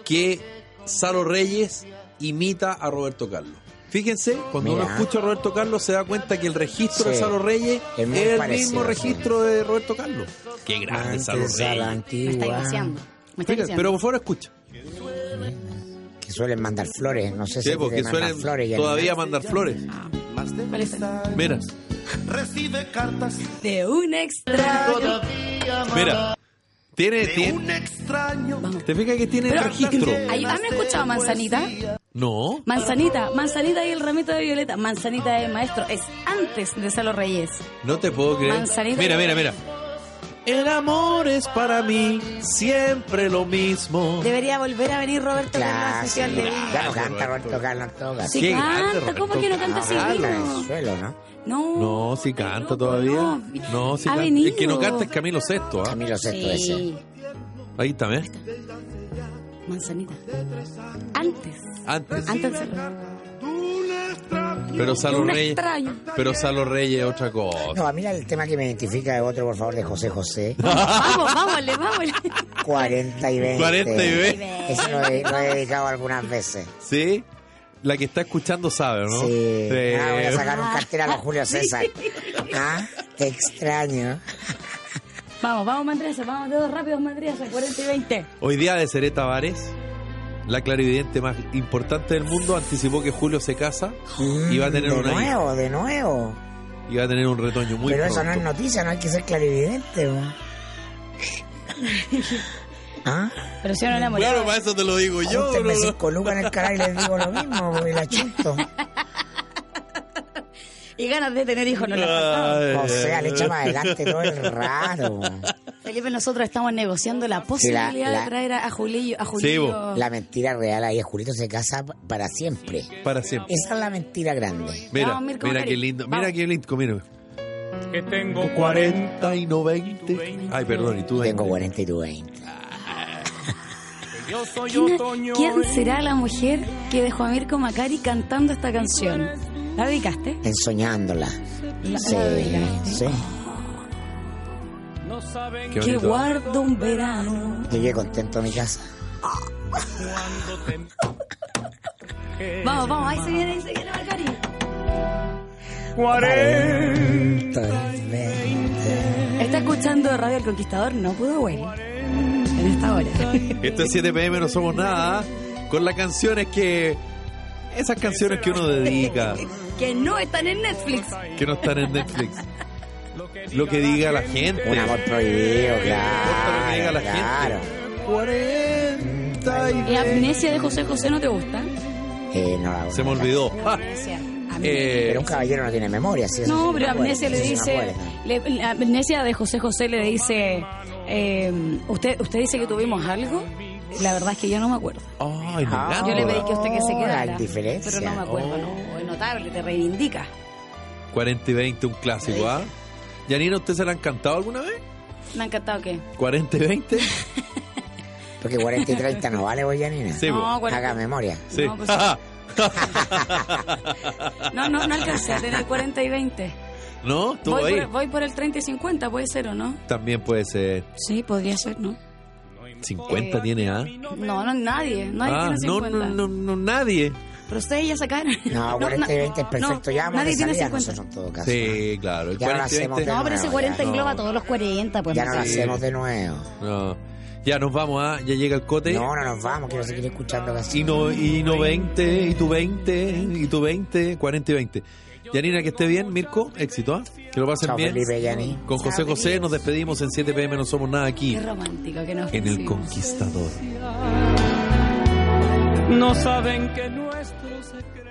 S1: que Saro Reyes imita a Roberto Carlos. Fíjense, cuando
S3: Mira.
S1: uno escucha a Roberto Carlos se da cuenta que el registro
S3: Sí.
S1: de Saro Reyes
S3: Es
S1: es,
S3: muy
S1: el
S3: parecido,
S1: mismo
S3: sí.
S1: registro de Roberto Carlos. Qué grande Saro
S3: Antes a
S1: Reyes.
S3: la
S2: Me está
S3: antigua.
S2: iniciando. Me está
S1: Fíjense,
S2: iniciando.
S1: pero por favor escucha.
S3: Que suelen mandar flores. No sé
S1: Sí,
S3: si a ti
S1: porque
S3: te mandan
S1: suelen
S3: flores, Yanina.
S1: todavía mandar flores.
S4: Más de
S2: ¿Cuál es?
S1: Mira.
S4: recibe cartas
S2: De un extraño.
S4: todavía más
S1: Mira, tiene,
S4: de
S1: tiene
S4: un extraño.
S2: Vamos.
S1: ¿te fijas que tiene
S2: Pero-
S1: registro?
S2: Ay, ¿Han escuchado Manzanita?
S1: No,
S2: Manzanita, Manzanita y el ramito de violeta. Manzanita es maestro, es antes de Salo Reyes.
S1: no te puedo creer.
S2: Manzanita.
S1: Mira, mira, mira. El amor es para mí siempre lo mismo.
S2: Debería volver a venir Roberto Carlos a
S3: Claro,
S2: la
S3: sí,
S2: sesión de
S3: ya no
S1: Claro,
S3: canta Roberto
S1: Roberto.
S3: Carlos toca.
S2: Sí
S1: Qué grande,
S2: canta,
S1: Roberto
S2: ¿cómo que no canta
S1: Carlos.
S2: así?
S3: Ah, Canta en
S2: no?
S3: el suelo, ¿no?
S2: No,
S1: No, si
S2: está
S1: canta
S2: loco,
S1: todavía.
S2: no.
S1: No, si
S2: ha
S1: canta.
S2: venido.
S1: El que no canta es Camilo Sexto. ¿ah?
S3: Camilo Sesto ese.
S2: Sí,
S1: Ahí está, ¿ves?
S2: Manzanita. Antes,
S1: Antes.
S2: antes de Salo.
S1: Pero Salo
S2: Un
S1: Reyes.
S2: extraño.
S1: Pero Salo Reyes es otra cosa.
S3: No, a mí el tema que me identifica es otro, por favor, de José José.
S2: Vamos, vámosle, vámosle.
S3: 40 y 20.
S1: 40 y 20.
S3: Ese lo he, lo he dedicado algunas veces.
S1: ¿Sí? La que está escuchando sabe, ¿no?
S3: Sí. Ah, voy a sacar un
S2: Ah.
S3: cartel a los Julio César. Ah, te extraño.
S2: Vamos, vamos, Mandresa, vamos, dedos rápidos, Mandresa, 40 y 20.
S1: Hoy día de Cere Tavares, la clarividente más importante del mundo, anticipó que Julio se casa y va a tener
S3: Mm, de
S1: una hija.
S3: nuevo, de nuevo.
S1: Y va a tener un retoño muy
S3: Pero eso no
S1: pronto.
S3: es noticia, no hay que ser clarividente. bo. ¿Ah?
S2: Pero si yo no enamorado.
S1: Claro, para eso te lo digo yo,
S3: Yo me
S1: Bruno.
S3: cinco lucas en el canal y les digo lo mismo, pues, y la chunto.
S2: Y ganas de tener hijos no le
S1: Ah.
S2: faltaba.
S1: Ay,
S3: O sea,
S1: ay,
S3: le
S1: ay.
S3: echa para adelante todo el rato.
S2: Felipe, nosotros estamos negociando la posibilidad
S3: la-
S2: de traer a, a Julillo. A Julillo.
S1: bo.
S3: La mentira real ahí es Julito se casa para siempre.
S1: Para siempre.
S3: Esa es la mentira grande.
S1: Mira,
S2: Vamos, Mirko,
S1: mira
S2: Cari.
S1: qué lindo. Mira
S2: Vamos.
S1: qué lindo, mira.
S5: que tengo
S1: 40 y 90. Ay, perdón, y tú
S3: Tengo
S1: 20.
S3: 40 y tú 20.
S5: Yo soy
S2: ¿Quién,
S5: otoño.
S2: quién
S5: en-
S2: será la mujer que dejó a Mirko Macari cantando esta canción? ¿La dedicaste?
S3: Ensoñándola.
S2: La-
S3: Sí,
S2: la dedicaste.
S3: sí.
S5: No saben
S1: Qué
S2: Que
S1: bonito.
S2: guardo un verano.
S3: Llegué contento a mi casa.
S5: cuándo te
S2: Vamos, vamos, ahí se viene, ahí se viene Macari.
S5: 40
S2: Está escuchando Radio El Conquistador, no pudo huele. En esta hora.
S1: Esto es 7 pm, no somos nada. ¿ah? Con las canciones que. Esas canciones que uno dedica,
S2: que no están en Netflix.
S1: que no están en Netflix. Lo que diga la gente.
S3: Un amor prohibido,
S1: Importa lo que diga
S3: claro.
S1: la
S3: claro.
S1: gente. 40 y
S2: ¿La amnesia de José José no te gusta?
S3: Eh, no la-
S1: Se me olvidó.
S2: La
S1: Ah,
S2: amnesia.
S1: eh,
S3: Pero un caballero no tiene memoria, ¿sí? Eso
S2: No,
S3: sí me
S2: pero
S3: acuerdo,
S2: Amnesia le
S3: eso sí me
S2: dice,
S3: acuerdo.
S2: le- la Amnesia de José José le dice, eh, usted, usted dice que tuvimos algo, la verdad es que yo no me acuerdo.
S1: Ay, no,
S3: Ah,
S2: Yo le pedí
S1: nada.
S2: que usted que se
S3: Oh,
S2: quedara,
S3: la Oh. diferencia.
S2: pero no me acuerdo, no, es notable, te reivindica.
S1: 40 y 20, un clásico, ¿ah? Yanina, ¿usted se la han cantado alguna vez?
S2: Me ha encantado que...
S1: 40 y 20?
S3: Porque 40 y 30 no vale, voy, Janina.
S1: Sí, pues. po.
S2: No,
S3: Haga
S2: cuarenta-
S3: memoria.
S1: Sí.
S2: No, pues- no, no, no alcancé a tener 40 y 20.
S1: ¿No? ¿Estuvo
S2: Voy
S1: ahí?
S2: por, voy por el 30 y 50, puede ser o no.
S1: También puede ser.
S2: Sí, podría ser, ¿no?
S1: 50 tiene, ¿ah?
S2: Eh, No, no, nadie, nadie
S1: ah,
S2: tiene
S1: no,
S2: 50.
S1: no, no, no, nadie.
S2: Pero ustedes ya sacaron.
S3: No,
S2: No,
S3: 40 y
S2: na-
S3: 20 es perfecto.
S2: no,
S3: ya vamos
S2: nadie
S3: de
S2: tiene 50.
S3: salida nosotros en todo caso.
S1: Sí, claro. El
S3: Ya lo
S1: 40 y
S3: hacemos
S1: 20.
S3: de-
S2: No, pero ese 40
S3: No.
S2: engloba todos los 40, pues.
S3: Ya
S2: no
S3: no
S2: sé.
S3: lo
S1: Sí.
S3: hacemos de nuevo.
S1: No. Ya nos vamos, ¿ah? Ya llega el cote.
S3: ¿eh? No, no nos vamos, quiero seguir escuchando
S1: Y
S3: canciones.
S1: no, y no 20, y tu 20, y tu 20, 40 y 20. Yanina, que esté bien, Mirko, éxito, ¿ah? Que lo pasen
S3: Chao,
S1: bien.
S3: Felipe, Yanni.
S1: Con José José nos despedimos en 7 pm, no somos nada aquí.
S2: Qué romántico que nos
S1: En el
S2: pusimos.
S1: Conquistador.
S5: No saben que nuestro secreto.